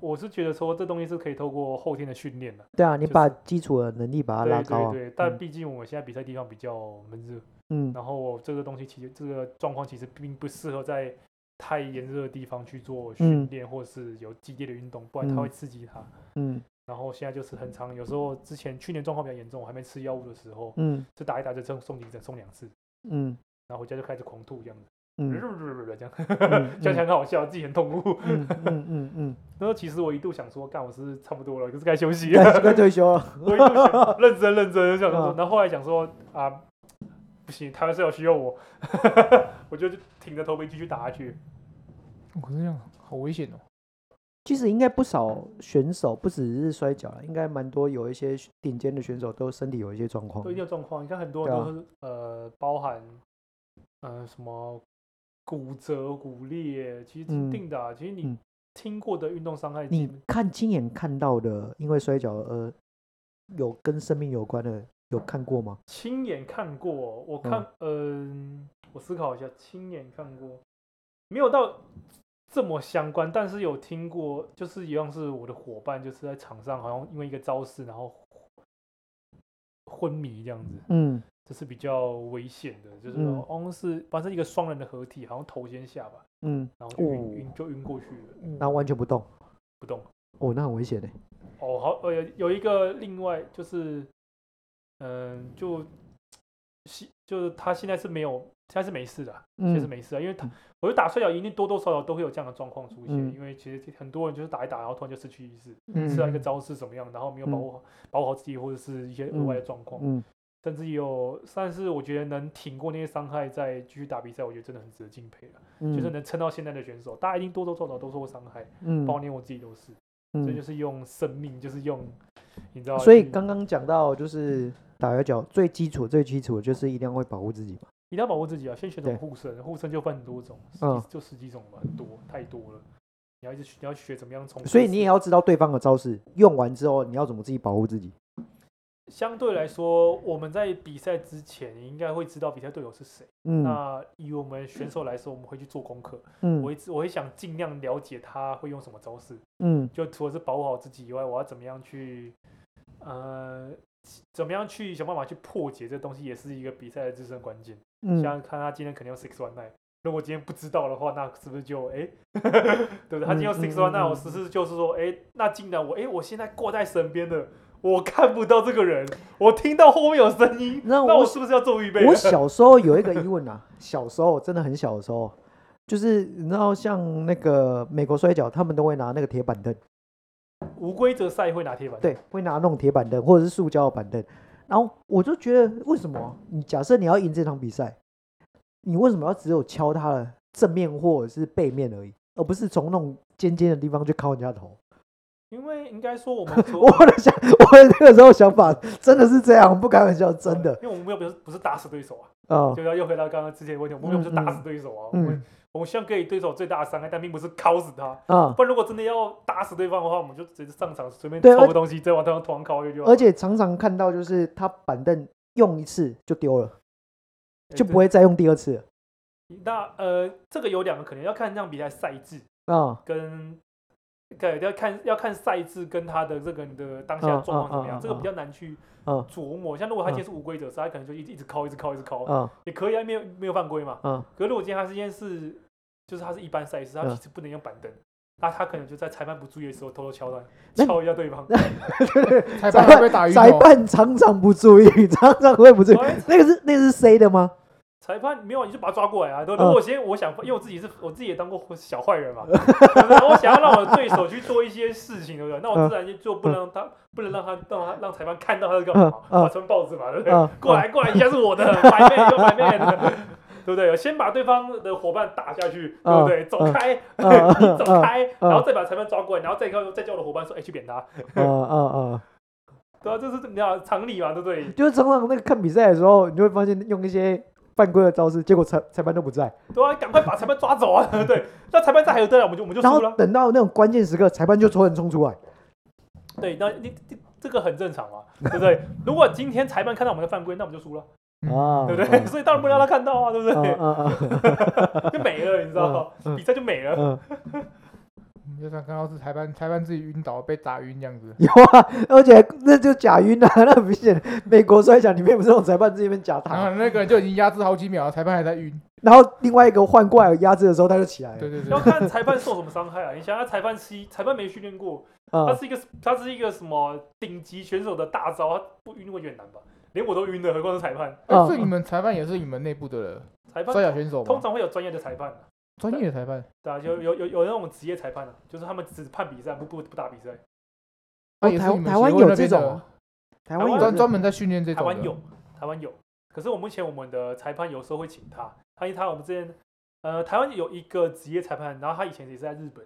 Speaker 2: 我是觉得说，这东西是可以透过后天的训练的，
Speaker 1: 对啊，你
Speaker 2: 就是
Speaker 1: 把基础的能力把它拉
Speaker 2: 对
Speaker 1: 高
Speaker 2: 对
Speaker 1: 啊。
Speaker 2: 对。但
Speaker 1: 嗯
Speaker 2: 毕竟我们现在比赛地方比较闷热，
Speaker 1: 嗯
Speaker 2: 然后这个东西其实这个状况其实并不适合在太炎热的地方去做训
Speaker 1: 嗯
Speaker 2: 练，或是有激烈的运动，不然它
Speaker 1: 嗯
Speaker 2: 会刺激它。
Speaker 1: 嗯
Speaker 2: 然后现在就是很长，有时候之前去年状况比较严重，我还没吃药物的时候，
Speaker 1: 嗯
Speaker 2: 就打一打就送送急诊送两次，
Speaker 1: 嗯
Speaker 2: 然后回家就开始狂吐这样子，
Speaker 1: 嗯
Speaker 2: 这样，
Speaker 1: 嗯
Speaker 2: 想想很好笑，自己很痛苦。
Speaker 1: 嗯嗯嗯嗯，
Speaker 2: 那时候其实我一度想说，干我是不是差不多了，就是该休息了。
Speaker 1: 该该退休了。
Speaker 2: 我一 度想认真认真想说
Speaker 1: 嗯，
Speaker 2: 然后后来想说啊，不行，台湾是有需要我， 我就挺着头皮继续打下去。
Speaker 3: 哦可是这样好危 险哦。
Speaker 1: 其实应该不少选手，不只是摔跤了，应该蛮多有一些顶尖的选手都身体有一些状况
Speaker 2: 都一。定有状况，你看很多人都是、
Speaker 1: 啊
Speaker 2: 呃包含呃什么骨折、骨裂，其实是一
Speaker 1: 嗯
Speaker 2: 定的、啊。其实你
Speaker 1: 嗯
Speaker 2: 听过的运动伤害，
Speaker 1: 你看亲眼看到的，因为摔跤而有跟生命有关的，有看过吗？
Speaker 2: 亲眼看过，我看，嗯、我思考一下，亲眼看过，没有到这么相关，但是有听过，就是一样是我的伙伴，就是在场上好像因为一个招式，然后昏迷这样子，
Speaker 1: 嗯
Speaker 2: 这是比较危险的，就是
Speaker 1: 嗯
Speaker 2: 好像是反正一个双人的合体，好像头先下吧，
Speaker 1: 嗯，
Speaker 2: 然后就晕、
Speaker 1: 哦
Speaker 2: 晕就晕过去了，
Speaker 1: 那完全不动，
Speaker 2: 不动。
Speaker 1: 哦，那很危险的。
Speaker 2: 哦，好，呃，有一个另外就是，嗯、就西就是他现在是没有，现在是没事的啊，现在是
Speaker 1: 嗯
Speaker 2: 没事啊，因为他
Speaker 1: 嗯
Speaker 2: 我觉得打摔跤一定多多少少都会有这样的状况出现，
Speaker 1: 嗯
Speaker 2: 因为其实很多人就是打一打，然后突然就失去意识，
Speaker 1: 嗯
Speaker 2: 吃到一个招式怎么样，然后没有保护好、保护好自己或者是一些额外的状况，
Speaker 1: 嗯
Speaker 2: 甚至有，但是我觉得能挺过那些伤害再继续打比赛，我觉得真的很值得敬佩了，
Speaker 1: 嗯，
Speaker 2: 就是能撑到现在的选手，大家一定多多少少都受过伤害，
Speaker 1: 嗯
Speaker 2: 包括连我自己都是。所以就
Speaker 1: 嗯，
Speaker 2: 是用生命，就是用，你知道，
Speaker 1: 所以
Speaker 2: 去嗯
Speaker 1: 刚刚讲到就是打摔跤最基础最基础的就是一定要会保护自己嘛。
Speaker 2: 一定要保护自己啊，先选择
Speaker 1: 对
Speaker 2: 护身，护身就分很多种，
Speaker 1: 嗯
Speaker 2: 就十几种吧，很多太多了。你要一直学你要学怎么样从，
Speaker 1: 所以你也要知道对方的招式，用完之后你要怎么自己保护自己。
Speaker 2: 相对来说，我们在比赛之前你应该会知道比赛队友是谁。
Speaker 1: 嗯
Speaker 2: 那以我们选手来说，我们会去做功课，我
Speaker 1: 嗯
Speaker 2: 会我会想尽量了解他会用什么招式，
Speaker 1: 嗯
Speaker 2: 就除了是保护好自己以外，我要怎么样去，呃，怎么样去想办法去破解这东西，也是一个比赛的制胜关键。
Speaker 1: 嗯
Speaker 2: 像看他今天肯定用 six one nine，如果今天不知道的话，那是不是就哎， 对不对？他今天用
Speaker 1: 嗯
Speaker 2: six one
Speaker 1: 嗯嗯
Speaker 2: nine，我只是就是说，哎，那竟然我哎，我现在过在身边的，我看不到这个人，我听到后面有声音，
Speaker 1: 那
Speaker 2: 那我
Speaker 1: 我
Speaker 2: 是不是要做预备啊 了？
Speaker 1: 我小时候有一个疑问啊，小时候真的很小的时候，就是你知道像那个美国摔跤，他们都会拿那个铁板凳，
Speaker 2: 无规则赛会拿铁板，，
Speaker 1: 对，会拿那种铁板凳或者是塑胶的板凳。然后我就觉得，为什么你假设你要赢这场比赛，你为什么要只有敲他的正面或者是背面而已，而不是从那种尖尖的地方去敲人家头？
Speaker 2: 因为应该说我们说
Speaker 1: 我的想，我的那个时候想法真的是这样，不开玩笑，真的
Speaker 2: 因为我们目标不是不是打死对手啊，
Speaker 1: 啊
Speaker 2: 就，要又回到刚刚之前的问题，我们目标不是打死对手啊，我
Speaker 1: 嗯
Speaker 2: 们我们希望给予对手最大的伤害，但并不是敲死他。
Speaker 1: 啊，
Speaker 2: 不然如果真的要打死对方的话，我们就直接上场随便
Speaker 1: 对啊
Speaker 2: 抽
Speaker 1: 而
Speaker 2: 个东西，再往他头上敲一个就好。
Speaker 1: 而且常常看到就是他板凳用一次就丢了，
Speaker 2: 哎
Speaker 1: 就
Speaker 2: 对
Speaker 1: 不会再用第二次了
Speaker 2: 那呃，这个有两个可能要看这场比赛赛制
Speaker 1: 啊。
Speaker 2: 跟，对，要看要看赛制跟他的这个你的当下
Speaker 1: 嗯
Speaker 2: 状况怎么
Speaker 1: 嗯
Speaker 2: 样，
Speaker 1: 嗯
Speaker 2: 这个
Speaker 1: 嗯
Speaker 2: 比较难去
Speaker 1: 嗯
Speaker 2: 琢磨。像如果他今天是无规则赛，他可能就一直一直敲，一直敲，一直敲，
Speaker 1: 啊
Speaker 2: 也可以啊，没有没有犯规嘛。
Speaker 1: 啊
Speaker 2: 可是如果今天他今天是就是他是一般赛事，他
Speaker 1: 嗯
Speaker 2: 其实不能用板凳。那他可能就在裁判不注意的时候偷偷敲
Speaker 1: 那
Speaker 2: 他，敲一下对方。
Speaker 3: 裁判会不会打晕哦
Speaker 1: 裁
Speaker 3: 头？
Speaker 1: 判常常不注意，常常会不注意。
Speaker 2: 哎
Speaker 1: 那个是那个是 C 的吗？
Speaker 2: 裁判没有，你就把他抓过来啊！都
Speaker 1: 嗯
Speaker 2: 如果先我想，因为我自己是我自己也当过小坏人嘛，对 不对我想要让我的对手去做一些事情，
Speaker 1: 嗯
Speaker 2: 对不对？那我自然就就不能让他，不能让他让他让裁判看到他在干嘛嘛，
Speaker 1: 嗯嗯
Speaker 2: 把穿报纸嘛，对不对？
Speaker 1: 嗯，
Speaker 2: 过来过来，一下是 我的，买妹就买妹的，对不对？先把对方的伙伴打下去，对不对？走开，
Speaker 1: 嗯嗯
Speaker 2: 你走开，
Speaker 1: 嗯
Speaker 2: 然后再把裁判抓过来，然后再叫再叫我的伙伴说，哎，去扁他，
Speaker 1: 嗯嗯嗯，
Speaker 2: 对啊，这是你要常理嘛，对不对？
Speaker 1: 就是常常那个看比赛的时候，你就会发现用一些犯规的招式，结果裁裁判都不在，
Speaker 2: 对啊，赶快把裁判抓走啊，对不对？那裁判在还有灯啊，我们就我们就
Speaker 1: 然
Speaker 2: 输
Speaker 1: 后
Speaker 2: 了。
Speaker 1: 等到那种关键时刻，裁判就突然冲出来，
Speaker 2: 对，那你你这个很正常嘛，对不对？如果今天裁判看到我们的犯规，那我们就输了，
Speaker 1: 啊，
Speaker 2: 对不对？ 所以当然不能让他看到啊，对不
Speaker 1: 嗯？
Speaker 2: 对？
Speaker 1: 嗯嗯嗯
Speaker 2: 就没了，你知道吗？
Speaker 1: 嗯
Speaker 2: 比赛就没了。
Speaker 1: 嗯，
Speaker 3: 你嗯就算看到是裁判，裁判自己晕倒被打晕这样子，
Speaker 1: 有啊，而且那就假晕啊，那很明显，美国摔跤里面不是那种裁判自己边假
Speaker 3: 然
Speaker 1: 打，
Speaker 3: 后那个人就已经压制好几秒了，裁判还在晕。
Speaker 1: 然后另外一个换过来有压制的时候他就起来了
Speaker 3: 对，对对
Speaker 2: 要，看裁判受什么伤害啊！你想想，裁判是一裁判没训练过，他
Speaker 1: 啊，
Speaker 2: 是一个他是一个什么顶级选手的大招，他不晕会有点难吧？连我都晕了，何况是裁判？
Speaker 3: 哎
Speaker 1: 嗯
Speaker 3: 所以你们裁判也是你们内部的人，
Speaker 2: 裁判
Speaker 3: 摔跤选手
Speaker 2: 通
Speaker 3: 嘛，
Speaker 2: 常会有专业的裁判啊，
Speaker 3: 专业的裁判。
Speaker 2: 对啊，有有有有那种职业裁判啊，就是他们只判比赛，不不不打比赛。
Speaker 3: 啊
Speaker 1: 哦
Speaker 3: 也是
Speaker 1: 台
Speaker 3: 你们
Speaker 1: 台湾
Speaker 3: 协会
Speaker 1: 有
Speaker 3: 那边
Speaker 1: 这种
Speaker 3: 的
Speaker 1: 啊台湾有
Speaker 3: 专
Speaker 1: 这种
Speaker 3: 专门在训练这
Speaker 2: 台
Speaker 3: 种。
Speaker 2: 湾有，，台湾有。可是我目前我们的裁判有时候会请他，他因为他我们之前，呃，台湾有一个职业裁判，然后他以前也是在日本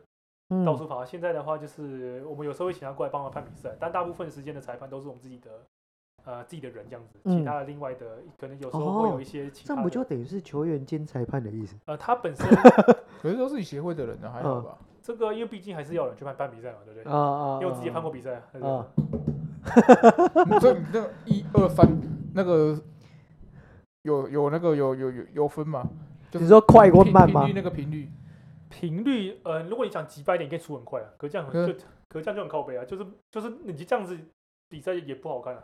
Speaker 1: 嗯
Speaker 2: 到处跑，现在的话就是我们有时候会请他过来帮忙判比赛，但大部分时间的裁判都是我们自己的，呃，自己的人这样子，
Speaker 1: 嗯哦
Speaker 2: 其他的另外的可能有时候会有一些其
Speaker 1: 这
Speaker 2: 他的，
Speaker 1: 样不就等于是球员兼裁判的意思？
Speaker 2: 呃，他本身
Speaker 3: 可是都是协会的人呢，啊还
Speaker 1: 嗯
Speaker 3: 好吧？
Speaker 2: 这个因为毕竟还是要有人去判判比赛嘛，对不对？
Speaker 1: 啊啊
Speaker 2: 因为我自己也判过比赛，对不对
Speaker 1: 啊
Speaker 3: 所以你那个一二三那个有有那个有有有有分吗？就是
Speaker 1: 你说快或慢
Speaker 3: 频
Speaker 1: 吗
Speaker 3: 频率那个频率，
Speaker 2: 频率，呃，如果你想急掰一点，你可以出很快啊，可是这样很就可是这样就很靠背啊，就是就是你这样子比赛也不好看啊。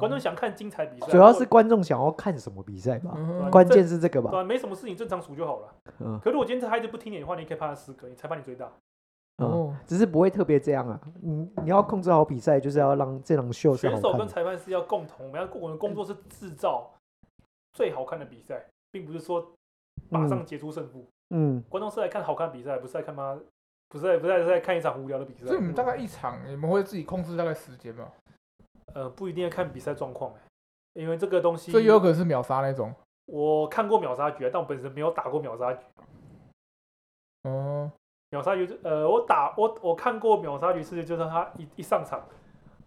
Speaker 2: 观众想看精彩比赛，
Speaker 1: 主要是观众想要看什么比赛吧？
Speaker 3: 嗯
Speaker 1: 关键是这个
Speaker 2: 对
Speaker 1: 吧？
Speaker 2: 吧？没什么事情，正常数就好了。
Speaker 1: 嗯，
Speaker 2: 可如果今天这孩子不听你的话，你可以判他失格，你裁判你最大。
Speaker 3: 哦，
Speaker 1: 嗯只是不会特别这样啊。你你要控制好比赛，就是要让这场秀是
Speaker 2: 选
Speaker 1: 好
Speaker 2: 手
Speaker 1: 看
Speaker 2: 跟
Speaker 1: 的。
Speaker 2: 裁判是要共同，我们要我们的工作是制造最好看的比赛，并不是说马上结出胜负。
Speaker 1: 嗯，
Speaker 2: 观众是来看好看的比赛，不是来看妈，不是来不是来不是来看一场无聊的比赛
Speaker 3: 所以。你们大概一场你们会自己控制大概时间嘛？
Speaker 2: 呃，不一定要看比赛状况、欸因为这个东西，
Speaker 3: 所以有可能是秒杀那种。
Speaker 2: 我看过秒杀局啊，但我本身没有打过秒杀局。
Speaker 3: 哦，
Speaker 2: 秒杀局，呃，我打我我看过秒杀局是就是他一一上场，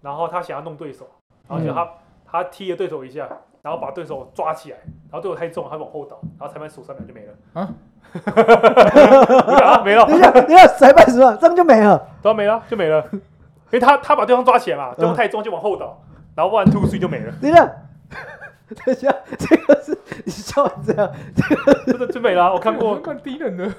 Speaker 2: 然后他想要弄对手，然后就他、他踢了对手一下，然后把对手抓起来，然后对手太重，他往后倒，然后裁判数三秒就没了。
Speaker 3: 啊
Speaker 2: 没了啊，没了，
Speaker 1: 等一下， 等一下，裁判什么？这样就没了。
Speaker 2: 对啊，没了就没了，因为他他把对方抓起来嘛，对方太重就往后倒，然后 one two three 就没了，
Speaker 1: 等一下， 等一下，这个是你笑成这样，
Speaker 2: 真的就没了啊。我看 过，
Speaker 3: 看低能的，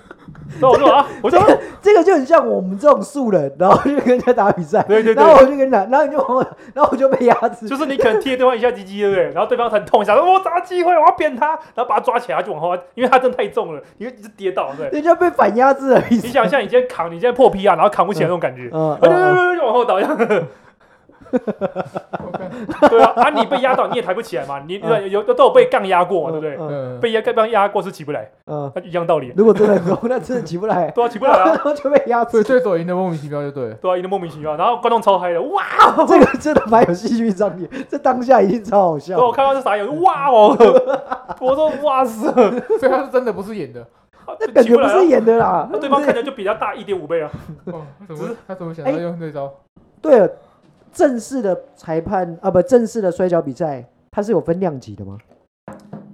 Speaker 2: 那我说啊，我说
Speaker 1: 这个就很像我们这种素人，然后就跟人家打比赛，
Speaker 2: 对对
Speaker 1: 然后我
Speaker 2: 对。
Speaker 1: 就跟你打，然后你就往我，然后我就被压制
Speaker 2: 就。是你可能踢了对方一下鸡鸡，对不对？然后对方很痛，想说我找到机会，我要扁他，然后把他抓起来，他就往后，因为他真的太重了，你会一直跌倒，对不对。
Speaker 1: 人家被反压制了，你
Speaker 2: 你想象你今天扛，你今天破皮啊，然后扛不起来那种感觉，
Speaker 1: 嗯
Speaker 2: 啊，对对
Speaker 1: 嗯
Speaker 2: 对，就往后倒，对
Speaker 3: 我看
Speaker 2: 啊，啊你被压倒你也抬不起来嘛，你
Speaker 1: 嗯
Speaker 2: 有有都有被杠压过嘛，
Speaker 1: 嗯
Speaker 2: 对不对？
Speaker 3: 嗯，
Speaker 2: 被压被杠压过是起不来，
Speaker 1: 嗯，
Speaker 2: 那一样道理，
Speaker 1: 如果真的很重， 那真的起不来，
Speaker 2: 对啊，起不来
Speaker 1: 然
Speaker 2: 啊，
Speaker 1: 后就被压
Speaker 3: 所
Speaker 1: 制
Speaker 3: 以。对手赢得莫名其妙就对了。
Speaker 2: 对啊，赢得莫名其妙，然后观众超嗨的，哇！
Speaker 1: 这个真的蛮有戏剧张力，这当下一定超好笑
Speaker 2: 然后。啊我看到这傻眼，哇哦，我说哇塞，
Speaker 3: 所以他是真的不是演的。
Speaker 1: 那感
Speaker 2: 起
Speaker 1: 觉
Speaker 2: 不
Speaker 1: 不
Speaker 2: 来啊
Speaker 1: 是，演的啦，
Speaker 2: 对方看起来就比较大一点五倍啊，
Speaker 3: 哦，怎
Speaker 2: 只
Speaker 3: 么他怎么想到
Speaker 1: 哎
Speaker 3: 用这招？
Speaker 1: 对了，正式的裁判啊，不，正式的摔跤比赛，它是有分量级的吗？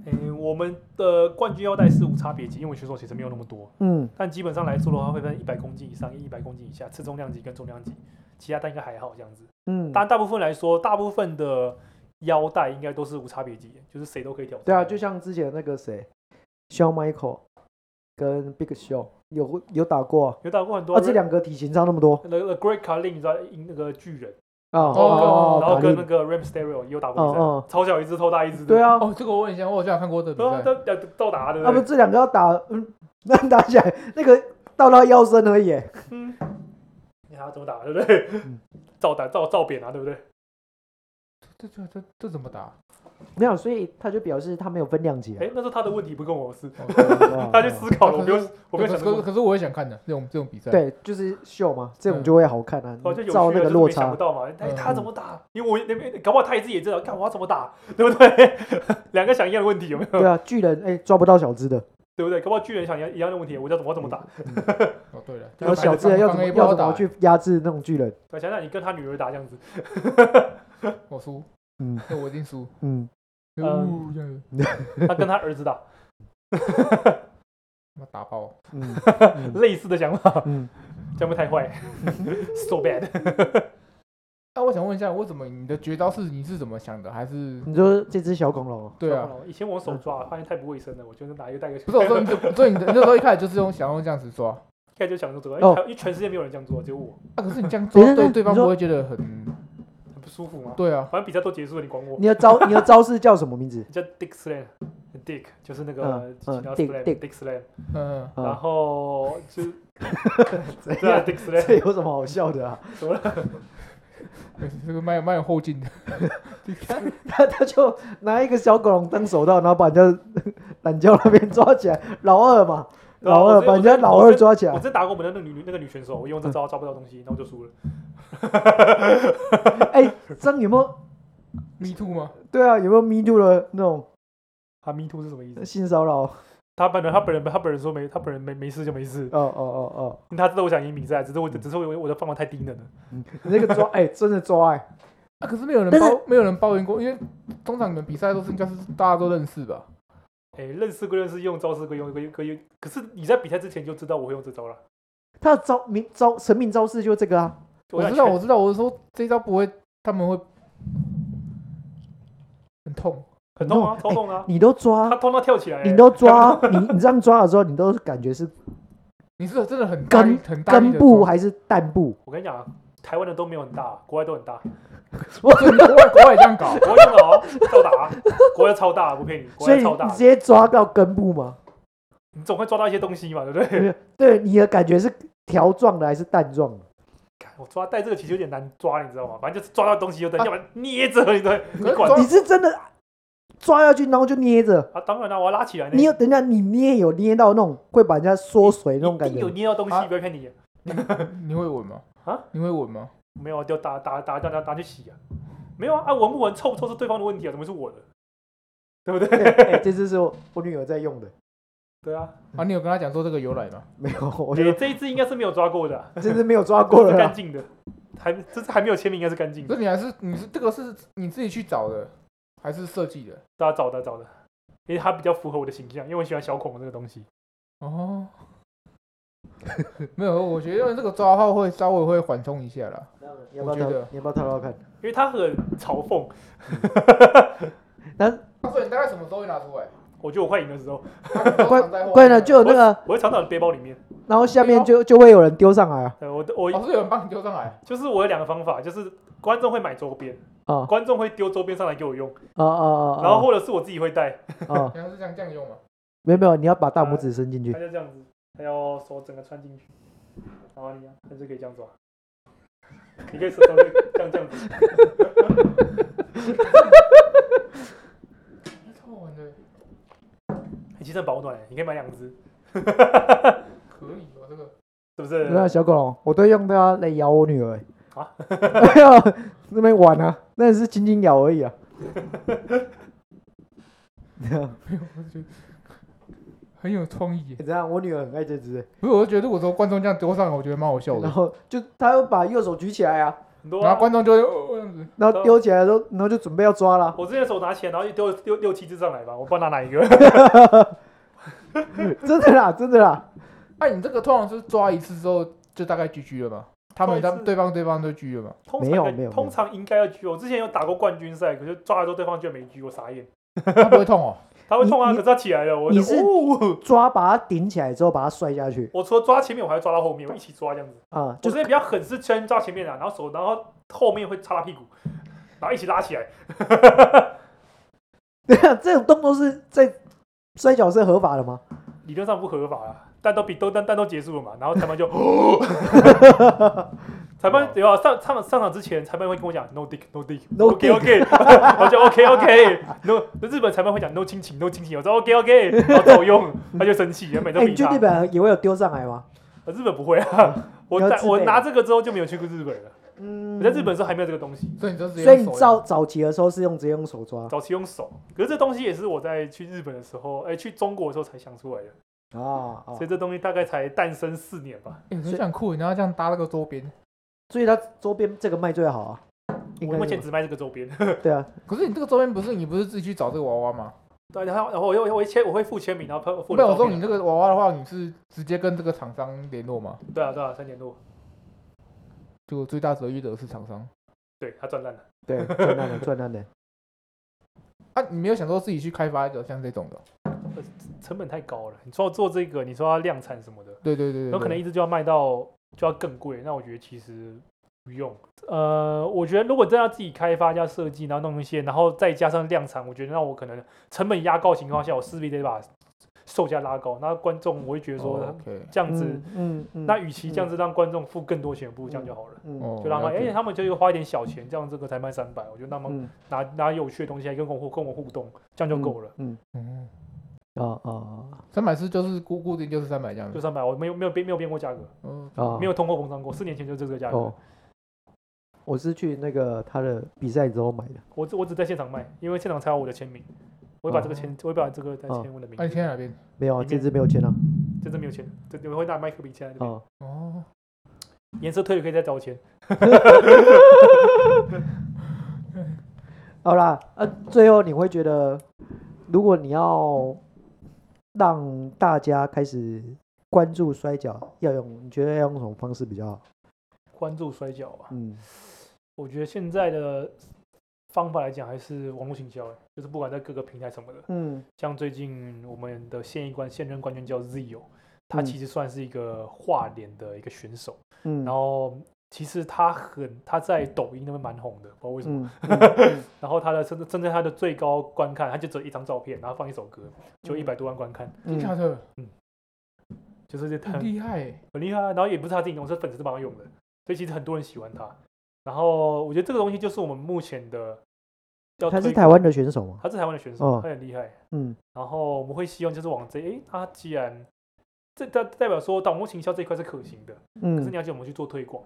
Speaker 2: 嗯，我们的冠军腰带是无差别级，因为我们选手其实没有那么多，
Speaker 1: 嗯
Speaker 2: 但基本上来说的话，会分一百公斤以上、一百公斤以下，次重量级跟重量级，其他单应该还好这样子。
Speaker 1: 嗯，
Speaker 2: 但大部分来说，大部分的腰带应该都是无差别级的，就是谁都可以挑战。
Speaker 1: 对啊，就像之前那个谁，Shawn Michael 跟 Big Show 有有打过啊，
Speaker 2: 有打过很多
Speaker 1: 啊，这两个体型差那么多
Speaker 2: 那个 Great Khali，你知道赢那个巨人，
Speaker 1: 啊，哦
Speaker 3: 哦
Speaker 2: 然后
Speaker 1: 哦，
Speaker 2: 跟那个 Ram Stereo 也有打过比赛，
Speaker 1: 哦哦
Speaker 2: 超小一只，超大一只的。
Speaker 1: 对啊，
Speaker 3: 哦，这个我问一下，我好像有看过这
Speaker 2: 对啊，
Speaker 3: 个比赛。
Speaker 2: 都呃都打对
Speaker 1: 啊
Speaker 2: 不
Speaker 1: 不，
Speaker 2: 对？
Speaker 1: 这两个要打，嗯， 那打起来那个到到腰身而已耶，
Speaker 2: 嗯，你还要怎么打对不对
Speaker 1: 嗯？
Speaker 2: 啊照打照照扁啊对不对？
Speaker 3: 这这这这怎么打？
Speaker 1: 没有，所以他就表示他没有分量级啊
Speaker 2: 哎、。那是他的问题，不关我的事。
Speaker 1: 哦
Speaker 2: 哎他去思考了，我不用，我不
Speaker 3: 啊可
Speaker 2: 用
Speaker 3: 是
Speaker 2: 想
Speaker 3: 可
Speaker 2: 那么
Speaker 3: 是
Speaker 2: 多。
Speaker 3: 可是我也想看的这种这种比赛，，
Speaker 1: 对，就是秀嘛，这种
Speaker 3: 嗯
Speaker 1: 就会好看啊。
Speaker 2: 哦，就
Speaker 1: 你
Speaker 2: 有
Speaker 1: 照
Speaker 2: 趣
Speaker 1: 那个
Speaker 2: 的就是
Speaker 1: 落
Speaker 2: 没想
Speaker 1: 差
Speaker 2: 不，到嘛，哎，
Speaker 3: 嗯
Speaker 2: 他怎么打？因为我那边搞不好他也自己也知道，看我要怎么打，对不对？ 两个想一样的问题有没有？
Speaker 1: 对啊，巨人哎抓不到小只的，
Speaker 2: 对不对？搞不好巨人想一样一样的问题，我要怎么我要怎么
Speaker 1: 嗯
Speaker 2: 打？
Speaker 3: 哦对了，
Speaker 1: 然后嗯小只的要怎么
Speaker 3: 也不
Speaker 1: 要
Speaker 3: 好
Speaker 1: 怎么
Speaker 3: 打，
Speaker 1: 去压制那种巨人？
Speaker 2: 我想想，你跟他女儿打这样子，
Speaker 3: 我输，
Speaker 1: 嗯
Speaker 3: 那我一定输，
Speaker 1: 嗯，
Speaker 2: 嗯
Speaker 3: 呜这样子
Speaker 2: 他跟他儿子打，
Speaker 3: 他妈打爆，
Speaker 1: 嗯嗯
Speaker 2: 类似的想法，
Speaker 1: 嗯，
Speaker 2: 这样不 太坏，so bad。
Speaker 3: 那啊我想问一下，我怎么你的绝招是你是怎么想的，还是
Speaker 1: 你说这只小恐龙哦，
Speaker 3: 对啊？，
Speaker 2: 以前我手抓发现太不卫生了，我就拿一个带一个，
Speaker 3: 不是我说你怎，所以你的那时候一开始就是用想用这样子抓，
Speaker 2: 现在就想说这个，
Speaker 1: 哦
Speaker 2: 因为全世界没有人这样做，只有我，
Speaker 3: 啊可是你这样
Speaker 1: 等
Speaker 3: 抓
Speaker 1: 一下
Speaker 3: 对对方
Speaker 1: 你说
Speaker 3: 不会觉得很
Speaker 2: 很不舒服嘛。
Speaker 3: 对啊？
Speaker 2: 反正比赛都结束了，你管我？
Speaker 1: 你的 招你的招式叫什么名字？
Speaker 2: 叫 Dick Slam，Dick 就是那个
Speaker 1: 嗯
Speaker 2: 其他
Speaker 1: 嗯，Dick- Dick
Speaker 2: Slam，Dick Slam，
Speaker 3: 嗯，
Speaker 2: 然
Speaker 1: 啊，
Speaker 2: 后就
Speaker 1: 怎
Speaker 2: 对啊
Speaker 1: 样
Speaker 2: ，Dick
Speaker 1: 这
Speaker 2: Slam，
Speaker 1: 有什么好笑的啊？
Speaker 3: 嗯这个蛮有蛮有后劲的，
Speaker 1: 他他就拿一个小恐龙当手套，然后把人家 懒觉那边抓起来，老二嘛，
Speaker 2: 对啊
Speaker 1: 老
Speaker 2: 我
Speaker 1: 二
Speaker 2: 之前
Speaker 1: 把人家
Speaker 2: 我之前
Speaker 1: 老二抓起
Speaker 2: 我
Speaker 1: 来，
Speaker 2: 真打过我们的那个女那个女选手，我
Speaker 1: 嗯
Speaker 2: 用这招抓不到东西，然后就输了。
Speaker 1: 哎，这样有没有？
Speaker 3: Me too 吗？
Speaker 1: 对啊，有没有 Me Too 的那种
Speaker 2: 他 me too 是什么意思？
Speaker 1: 性骚扰？哦
Speaker 2: 他本人他本人他本人说没他本人没没事就没事，
Speaker 1: 哦哦哦，
Speaker 2: 他知道我想赢比赛，只是我
Speaker 1: 嗯
Speaker 2: 只是我我的方法太低能了。
Speaker 1: 你那 个抓哎，真的抓哎。
Speaker 3: 啊，可是没有人
Speaker 1: 但是
Speaker 3: 抱，没有人抱怨过，因为通常你们比赛都是应该是大家都认识吧？
Speaker 2: 哎，认识归认识，用招式归用归归用，可是你在比赛之前就知道我会用这招了。
Speaker 1: 他的招名招神明招式就这个啊，
Speaker 3: 我
Speaker 2: 想
Speaker 3: 知道，
Speaker 2: 全
Speaker 3: 我知道，我是说这一招不会，他们会很痛。
Speaker 2: 很痛啊，
Speaker 1: 很
Speaker 2: 超
Speaker 1: 痛
Speaker 2: 痛啊，
Speaker 1: 哎你都抓
Speaker 2: 他，痛到跳起来欸。
Speaker 1: 你都抓，你你这样抓的时候，你都感觉是
Speaker 3: 你是真的很大
Speaker 1: 根
Speaker 3: 力很大力
Speaker 1: 根
Speaker 3: 的
Speaker 1: 部
Speaker 3: 抓，
Speaker 1: 还是蛋部？
Speaker 2: 我跟你讲啊，台湾的都没有很大，国外都很大。，
Speaker 3: 所以国外国外也这样 搞
Speaker 2: 国外真的哦，照打，国外超大，不骗你，国
Speaker 1: 所以
Speaker 2: 外
Speaker 1: 你
Speaker 2: 超大
Speaker 1: 你直，接抓到根部吗？
Speaker 2: 你总会抓到一些东西嘛，对不对？
Speaker 1: 对，你的感觉是条状的还是蛋状的？
Speaker 2: 我抓带这个其实有点难抓，你知道吗？反正就是抓到东西就等，要不然捏着，你对，
Speaker 3: 可是
Speaker 2: 管
Speaker 3: 抓
Speaker 1: 你是真的抓下去，然后就捏着。
Speaker 2: 啊，当然啦，我要拉起来呢。
Speaker 1: 你有等一下，你捏有捏到那种会把人家缩水那种
Speaker 2: 一
Speaker 1: 感
Speaker 2: 定有
Speaker 1: 觉，
Speaker 2: 捏到东
Speaker 3: 啊
Speaker 2: 西，不要骗你。
Speaker 3: 你会稳吗？
Speaker 2: 啊，
Speaker 3: 你会稳吗？
Speaker 2: 没有，就打打打打打打去洗啊，没有啊，啊闻不闻臭不臭是对方的问题啊，怎么会是我的？对不对？
Speaker 1: 哎哎这次是我我女儿在用的，
Speaker 2: 对啊，
Speaker 3: 啊，你有跟他讲说这个由来吗？
Speaker 1: 没有，我
Speaker 2: 我
Speaker 1: 觉得
Speaker 2: 这一只应该是没有抓过的啊，
Speaker 1: 这次没有抓过
Speaker 2: 这
Speaker 1: 了
Speaker 2: 是干
Speaker 1: 啦。
Speaker 2: 净的，还这是还没有签名，应该是干净
Speaker 3: 可
Speaker 2: 的。
Speaker 3: 是你还是你是这个是你自己去找的，还是设计的？
Speaker 2: 大家找的找的，因为它比较符合我的形象，因为我喜欢小恐龙这个东西。
Speaker 3: 哦， 没有，我觉得用这个抓的话会稍微会缓冲一下啦。
Speaker 1: 你要不要
Speaker 3: 我觉
Speaker 1: 套
Speaker 3: 得？
Speaker 1: 你要不要套套看？
Speaker 2: 因为它很嘲讽，
Speaker 3: 那所以你大概什么时候会拿 出来？
Speaker 2: 我觉得我快赢的时候，
Speaker 3: 怪
Speaker 1: 怪了，就有那个，
Speaker 2: 我会藏到你的背包里面。
Speaker 1: 然后下面就就会有人丢上来啊。
Speaker 2: 呃，我我
Speaker 3: 老师哦有人帮你丢上来，
Speaker 2: 就是我有两个方法，就是观众会买周边，
Speaker 1: 啊
Speaker 2: 观众会丢周边上来给我用，
Speaker 1: 啊
Speaker 2: 哦
Speaker 1: 啊啊！
Speaker 2: 然后或者是我自己会带，
Speaker 1: 哦，
Speaker 3: 你还是这样这样用嘛？
Speaker 1: 没有没有，你要把大拇指伸进去
Speaker 2: 他。就这样子，他要手整个穿进去，然后你他就可以这样抓，你可以手上就这样这 样子，
Speaker 3: 超好玩的，
Speaker 2: 哎其实很保暖、欸你可以买两只，
Speaker 3: 可以哦，这个
Speaker 2: 是不是？
Speaker 1: 那小恐龙，我都用它来咬我女儿、欸。
Speaker 2: 啊
Speaker 1: 没有，那边玩啊，那也是轻轻咬而已啊。
Speaker 3: 没有，我就觉得很有创意耶。
Speaker 1: 这样，我女儿很爱这只、欸
Speaker 3: 不是，我就觉得我说观众这样丢上来，我觉得蛮好笑的
Speaker 1: 然。后就她又把右手举起来 啊，
Speaker 2: 很多
Speaker 3: 然后
Speaker 2: 啊。
Speaker 3: 观众就会哦这样子，
Speaker 1: 然后丢起来都，然后就准备要抓 啦。
Speaker 2: 我之前手拿起来，然后就丢六六七只上来吧，我不知道拿哪一个。
Speaker 1: 真的啦，真的啦。
Speaker 3: 哎，你这个通常是抓一次之后就大概 GG 了嘛？他们
Speaker 2: 抓
Speaker 3: 他
Speaker 2: 一
Speaker 3: 们
Speaker 2: 次
Speaker 3: 对方对方都 GG 了嘛？
Speaker 2: 通
Speaker 1: 没有
Speaker 2: 常应该
Speaker 1: 没有
Speaker 2: 通常应该要狙。我之前有打过冠军赛，可是抓了之后对方居然没狙，我傻眼。
Speaker 3: 他不会痛哦，
Speaker 2: 他会痛啊，
Speaker 1: 你
Speaker 2: 可是他起来了，我
Speaker 1: 你
Speaker 2: 就是哦。
Speaker 1: 抓把它顶起来之后，把它摔下去
Speaker 2: 我除了抓前面，我还要抓到后面，我一起抓这样子。
Speaker 1: 啊、
Speaker 2: 就
Speaker 1: 就是
Speaker 2: 比较狠，是先抓前面啊，然后手，然后后面会插他屁股，然后一起拉起来。
Speaker 1: 这种动作是在摔跤是合法的吗？
Speaker 2: 理论上不合法啊，但都比都但但都结束了嘛，然后裁判就， 裁
Speaker 1: 哦
Speaker 2: 判有啊，上上上场之前，裁判会跟我讲 no dick no dick OK OK，我 就 OK OK no，日本裁判会讲 no 亲情 no 亲情，我说 OK OK，然后照用，他就生气，每次
Speaker 1: 哎，你
Speaker 2: 比
Speaker 1: 去
Speaker 2: 他
Speaker 1: 日。本也会有丢上来吗？
Speaker 2: 日本不会啊， 我
Speaker 1: 你要
Speaker 2: 在
Speaker 1: 自
Speaker 2: 我
Speaker 1: 备
Speaker 2: 拿这个之后就没有去过日本了。
Speaker 1: 嗯
Speaker 2: 我在日本的，时候还没有这个东西，
Speaker 3: 所以你就直接
Speaker 1: 所以你
Speaker 3: 手摇
Speaker 1: 早早期的时候是用直接用手抓
Speaker 2: 早期用手，可是这东西也是我在去日本的时候，哎，去中国的时候才想出来的，
Speaker 1: 啊，哦
Speaker 2: 所以这东西大概才诞生四年吧。
Speaker 3: 哎，很想酷，你要这样搭那个周边。
Speaker 1: 所以它周边这个卖最好啊。应
Speaker 2: 我
Speaker 1: 该
Speaker 2: 目前
Speaker 1: 是吧
Speaker 2: 只卖这个周边，
Speaker 1: 对啊，
Speaker 3: 可是你这个周边不是你不是自己去找这个娃娃吗？
Speaker 2: 对，然后然后我又我一签我会附签名，然后
Speaker 3: 不
Speaker 2: 附附
Speaker 3: 然
Speaker 2: 照
Speaker 3: 我说
Speaker 2: 片啊
Speaker 3: 你这个娃娃的话，你是直接跟这个厂商联络吗？
Speaker 2: 对啊对啊三点多，
Speaker 3: 就最大折遇的是厂商
Speaker 2: 对他赚烂了，
Speaker 1: 对，赚 烂的赚烂的。
Speaker 3: 啊，你没有想说自己去开发一个像这种的？
Speaker 2: 成本太高了。你说做这个，你说要量产什么的，
Speaker 3: 对对对对，
Speaker 2: 有可能一只就要卖到就要更贵，那我觉得其实不用。呃，我觉得如果真的要自己开发加设计，然后弄一些，然后再加上量产，我觉得那我可能成本压高情况下，我势必得把售价拉高。那观众我会觉得说、
Speaker 3: 哦 OK，
Speaker 2: 这样子，
Speaker 1: 嗯嗯嗯，
Speaker 2: 那与其这样子让观众付更多钱，不如这样就好了。
Speaker 1: 嗯
Speaker 3: 哦，
Speaker 2: 就让他，
Speaker 3: 了
Speaker 2: 而
Speaker 3: 解
Speaker 2: 且他们就花一点小钱，这样这个才卖三百，我觉得那么
Speaker 1: 嗯
Speaker 2: 拿拿有趣的东西来跟我互跟我互动，这样就够了，。
Speaker 1: 嗯，
Speaker 3: 嗯，
Speaker 1: 哦哦
Speaker 3: 三百四就是固固定就是三百这样
Speaker 2: 就
Speaker 3: 子。
Speaker 2: 三百，我没有没有变没有变过价格，
Speaker 3: 嗯，
Speaker 1: 哦，
Speaker 2: 没有通货膨胀过，四年前就这个价格，
Speaker 1: 哦。我是去那个他的比赛之后买的，
Speaker 2: 我只我只在现场卖，因为现场才有我的签名，我会把这
Speaker 1: 哦
Speaker 2: 个签，我会把这个再签我的名
Speaker 1: 啊
Speaker 3: 那你
Speaker 2: 字，
Speaker 3: 签在哪边？
Speaker 1: 没有啊，
Speaker 2: 里面
Speaker 1: 这支没有签啊。
Speaker 2: 真的没有签，这你们会拿麦克笔签在这边，
Speaker 1: 哦，
Speaker 3: 哦，
Speaker 2: 颜色退了可以再找我签。
Speaker 1: 好啦，呃，最后你会觉得，如果你要让大家开始关注摔跤，要用你觉得要用什么方式比较好？
Speaker 2: 关注摔跤吧，
Speaker 1: 嗯，
Speaker 2: 我觉得现在的方法来讲还是网络行销，欸就是不管在各个平台什么的，
Speaker 1: 嗯
Speaker 2: 像最近我们的现役冠现任冠军叫 Zio，他
Speaker 1: 嗯
Speaker 2: 其实算是一个画脸的一个选手，
Speaker 1: 嗯，
Speaker 2: 然后其实他很他在抖音那边蛮红的，不知道为什么。
Speaker 1: 嗯
Speaker 2: 然后他的甚至甚至他的最高观看，他就只有一张照片，然后放一首歌， 就
Speaker 3: 嗯
Speaker 2: 一百多万观看，
Speaker 1: 嗯
Speaker 3: 假 的，
Speaker 2: 就是
Speaker 3: 很
Speaker 2: 很
Speaker 3: 厉害欸。
Speaker 2: 很厉害啊。然后也不是他自己弄，是粉丝帮他用的，所以其实很多人喜欢他。然后我觉得这个东西就是我们目前的要
Speaker 1: 他是
Speaker 2: 推
Speaker 1: 台湾的选手嘛？
Speaker 2: 他是台湾的选手，
Speaker 1: 哦
Speaker 2: 他很厉害。
Speaker 1: 嗯
Speaker 2: 然后我们会希望就是往这，诶，他既然这代代表说导幕行销这一块是可行的，可是
Speaker 1: 嗯
Speaker 2: 你要叫我们去做推广，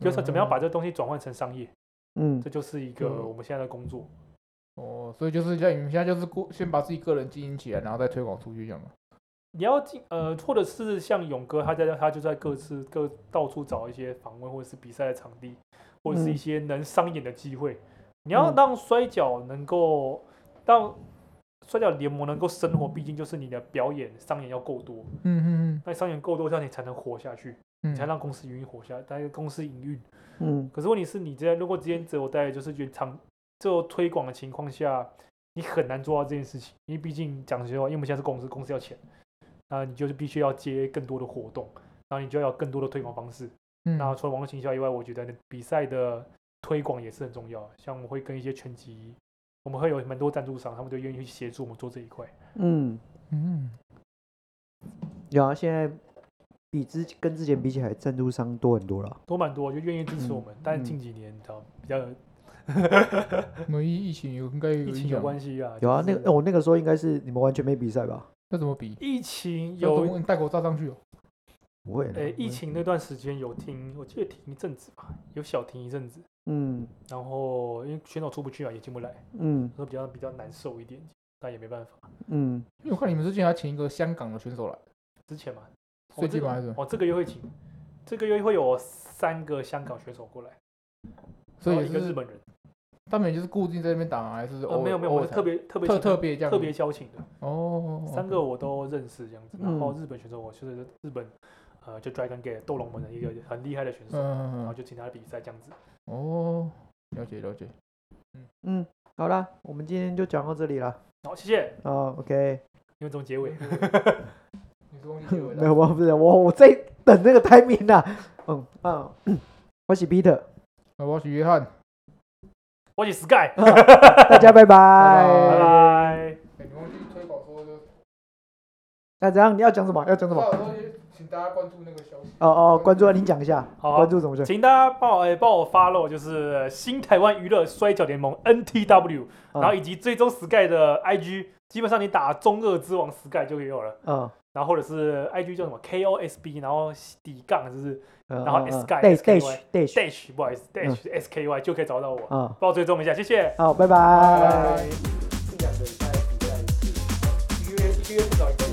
Speaker 2: 就是怎么样把这个东西转换成商业，
Speaker 1: 嗯
Speaker 2: 这就是一个
Speaker 3: 嗯
Speaker 2: 我们现在的工作。
Speaker 3: 哦，所以就是像你们现在就是固先把自己个人经营起来，然后再推广出去，这样吗？
Speaker 2: 你要进呃，或者是像勇哥，他在他就在各自各到处找一些访问或者是比赛的场地，或者是一
Speaker 1: 嗯
Speaker 2: 些能商演的机会。你要
Speaker 1: 嗯
Speaker 2: 让摔跤能够让摔跤联盟能够生活，毕竟就是你的表演商演要够多，
Speaker 3: 嗯嗯
Speaker 2: 那商演够多，这样你才能活下去，
Speaker 3: 嗯，
Speaker 2: 你才让公司营运活下，但公司营运。
Speaker 1: 嗯
Speaker 2: 可是问题是你这样，如果今天只有在就是觉得场做推广的情况下，你很难做到这件事情，因为毕竟讲实话，因为我们现在是公司，公司要钱，那你就是必须要接更多的活动，然后你就要有更多的推广方式。
Speaker 3: 嗯
Speaker 2: 那除了网络行销以外，我觉得比赛的推广也是很重要。像我们会跟一些拳击，我们会有蛮多赞助商，他们就愿意去协助我们做这一块。
Speaker 1: 嗯，
Speaker 3: 嗯，
Speaker 1: 有啊，现在比之跟之前比起来，赞助商多很多了。
Speaker 2: 多蛮多，就愿意支持我们。但
Speaker 1: 嗯
Speaker 2: 近几年，你知道比较有
Speaker 3: 我们嗯疫疫情有应该有
Speaker 2: 疫情
Speaker 3: 影
Speaker 2: 有
Speaker 3: 响，
Speaker 2: 关系啊，
Speaker 1: 有啊，
Speaker 2: 就
Speaker 1: 那
Speaker 2: 是
Speaker 1: 个我、那个时候应该是你们完全没比赛吧？
Speaker 3: 那怎么比？
Speaker 2: 疫情
Speaker 3: 要
Speaker 2: 有
Speaker 3: 怎么你戴口罩上去哦。
Speaker 1: 不会啦
Speaker 2: 诶、疫情那段时间有停，我记得停一阵子吧，有小停一阵子。
Speaker 1: 嗯
Speaker 2: 然后因为选手出不去啊，也进不来，
Speaker 1: 嗯
Speaker 2: 所以比较比较难受一点，但也没办法。
Speaker 1: 嗯，
Speaker 3: 因为我看你们之前还请一个香港的选手来，
Speaker 2: 之前嘛，
Speaker 3: 最
Speaker 2: 这
Speaker 3: 近
Speaker 2: 个
Speaker 3: 吗还是？
Speaker 2: 哦，这个月会请，这个月会有三个香港选手过来，
Speaker 3: 所以
Speaker 2: 然
Speaker 3: 也
Speaker 2: 哦后一个日
Speaker 3: 是
Speaker 2: 本人。
Speaker 3: 他们也就是固定在那边打吗，还是
Speaker 2: 呃，
Speaker 3: 偶
Speaker 2: 没有没有，
Speaker 3: 偶
Speaker 2: 我
Speaker 3: 尔
Speaker 2: 是特别特
Speaker 3: 啊
Speaker 2: 别
Speaker 3: 特
Speaker 2: 请
Speaker 3: 特别这样
Speaker 2: 特
Speaker 3: 子
Speaker 2: 别邀请的，
Speaker 3: 哦，
Speaker 2: 三个我都认识这样子。然后
Speaker 1: 嗯
Speaker 2: 日本选手，我就是日本呃，就 Dragon Gate 斗龙门的一个很厉害的选手，然后
Speaker 3: 嗯
Speaker 2: 就请他的比赛这样子。
Speaker 3: 哦，了解了解，
Speaker 1: 嗯，好啦，我们今天就讲到这里了。
Speaker 2: 好，谢谢。
Speaker 1: 哦，OK，
Speaker 2: 你们怎么 结尾？
Speaker 3: 你是忘记结尾
Speaker 1: 没
Speaker 3: 了
Speaker 1: 有，我不是我我在等那个 timing 啊。嗯嗯， 我是 Peter，
Speaker 3: 呃我是约翰，
Speaker 2: 我
Speaker 3: 嗯
Speaker 2: 是 Sky，
Speaker 1: 哦大家拜
Speaker 2: 拜
Speaker 1: 拜。
Speaker 2: 拜。
Speaker 3: 哎你忘记推广说就
Speaker 1: 那怎样？你要讲什么？要讲什么？
Speaker 3: 推广说请大家关注那个消息。
Speaker 1: 哦哦，关注啊，你讲一下，
Speaker 2: 好啊
Speaker 1: 关注什么 事？
Speaker 2: 请大家帮我哎帮我发漏，就是呃新台湾娱乐摔跤联盟 NTW，然
Speaker 1: 啊
Speaker 2: 后以及追踪 Sky 的 IG，基本上你打中二之王 Sky 就可以有了。
Speaker 1: 嗯，
Speaker 2: 然后或者是 IG 叫什么 KOSB，然后底杠就是
Speaker 1: 然
Speaker 2: 然后 Sky-
Speaker 1: 嗯 dash
Speaker 2: SKY
Speaker 1: dash dash，
Speaker 2: dash 不好意思 dash SKY 就可以找到我，
Speaker 1: 嗯，
Speaker 2: 帮我追踪一下，谢谢。
Speaker 1: 好，拜拜
Speaker 3: 拜。拜。一两个礼拜比赛一次，一个月一个月至少一次。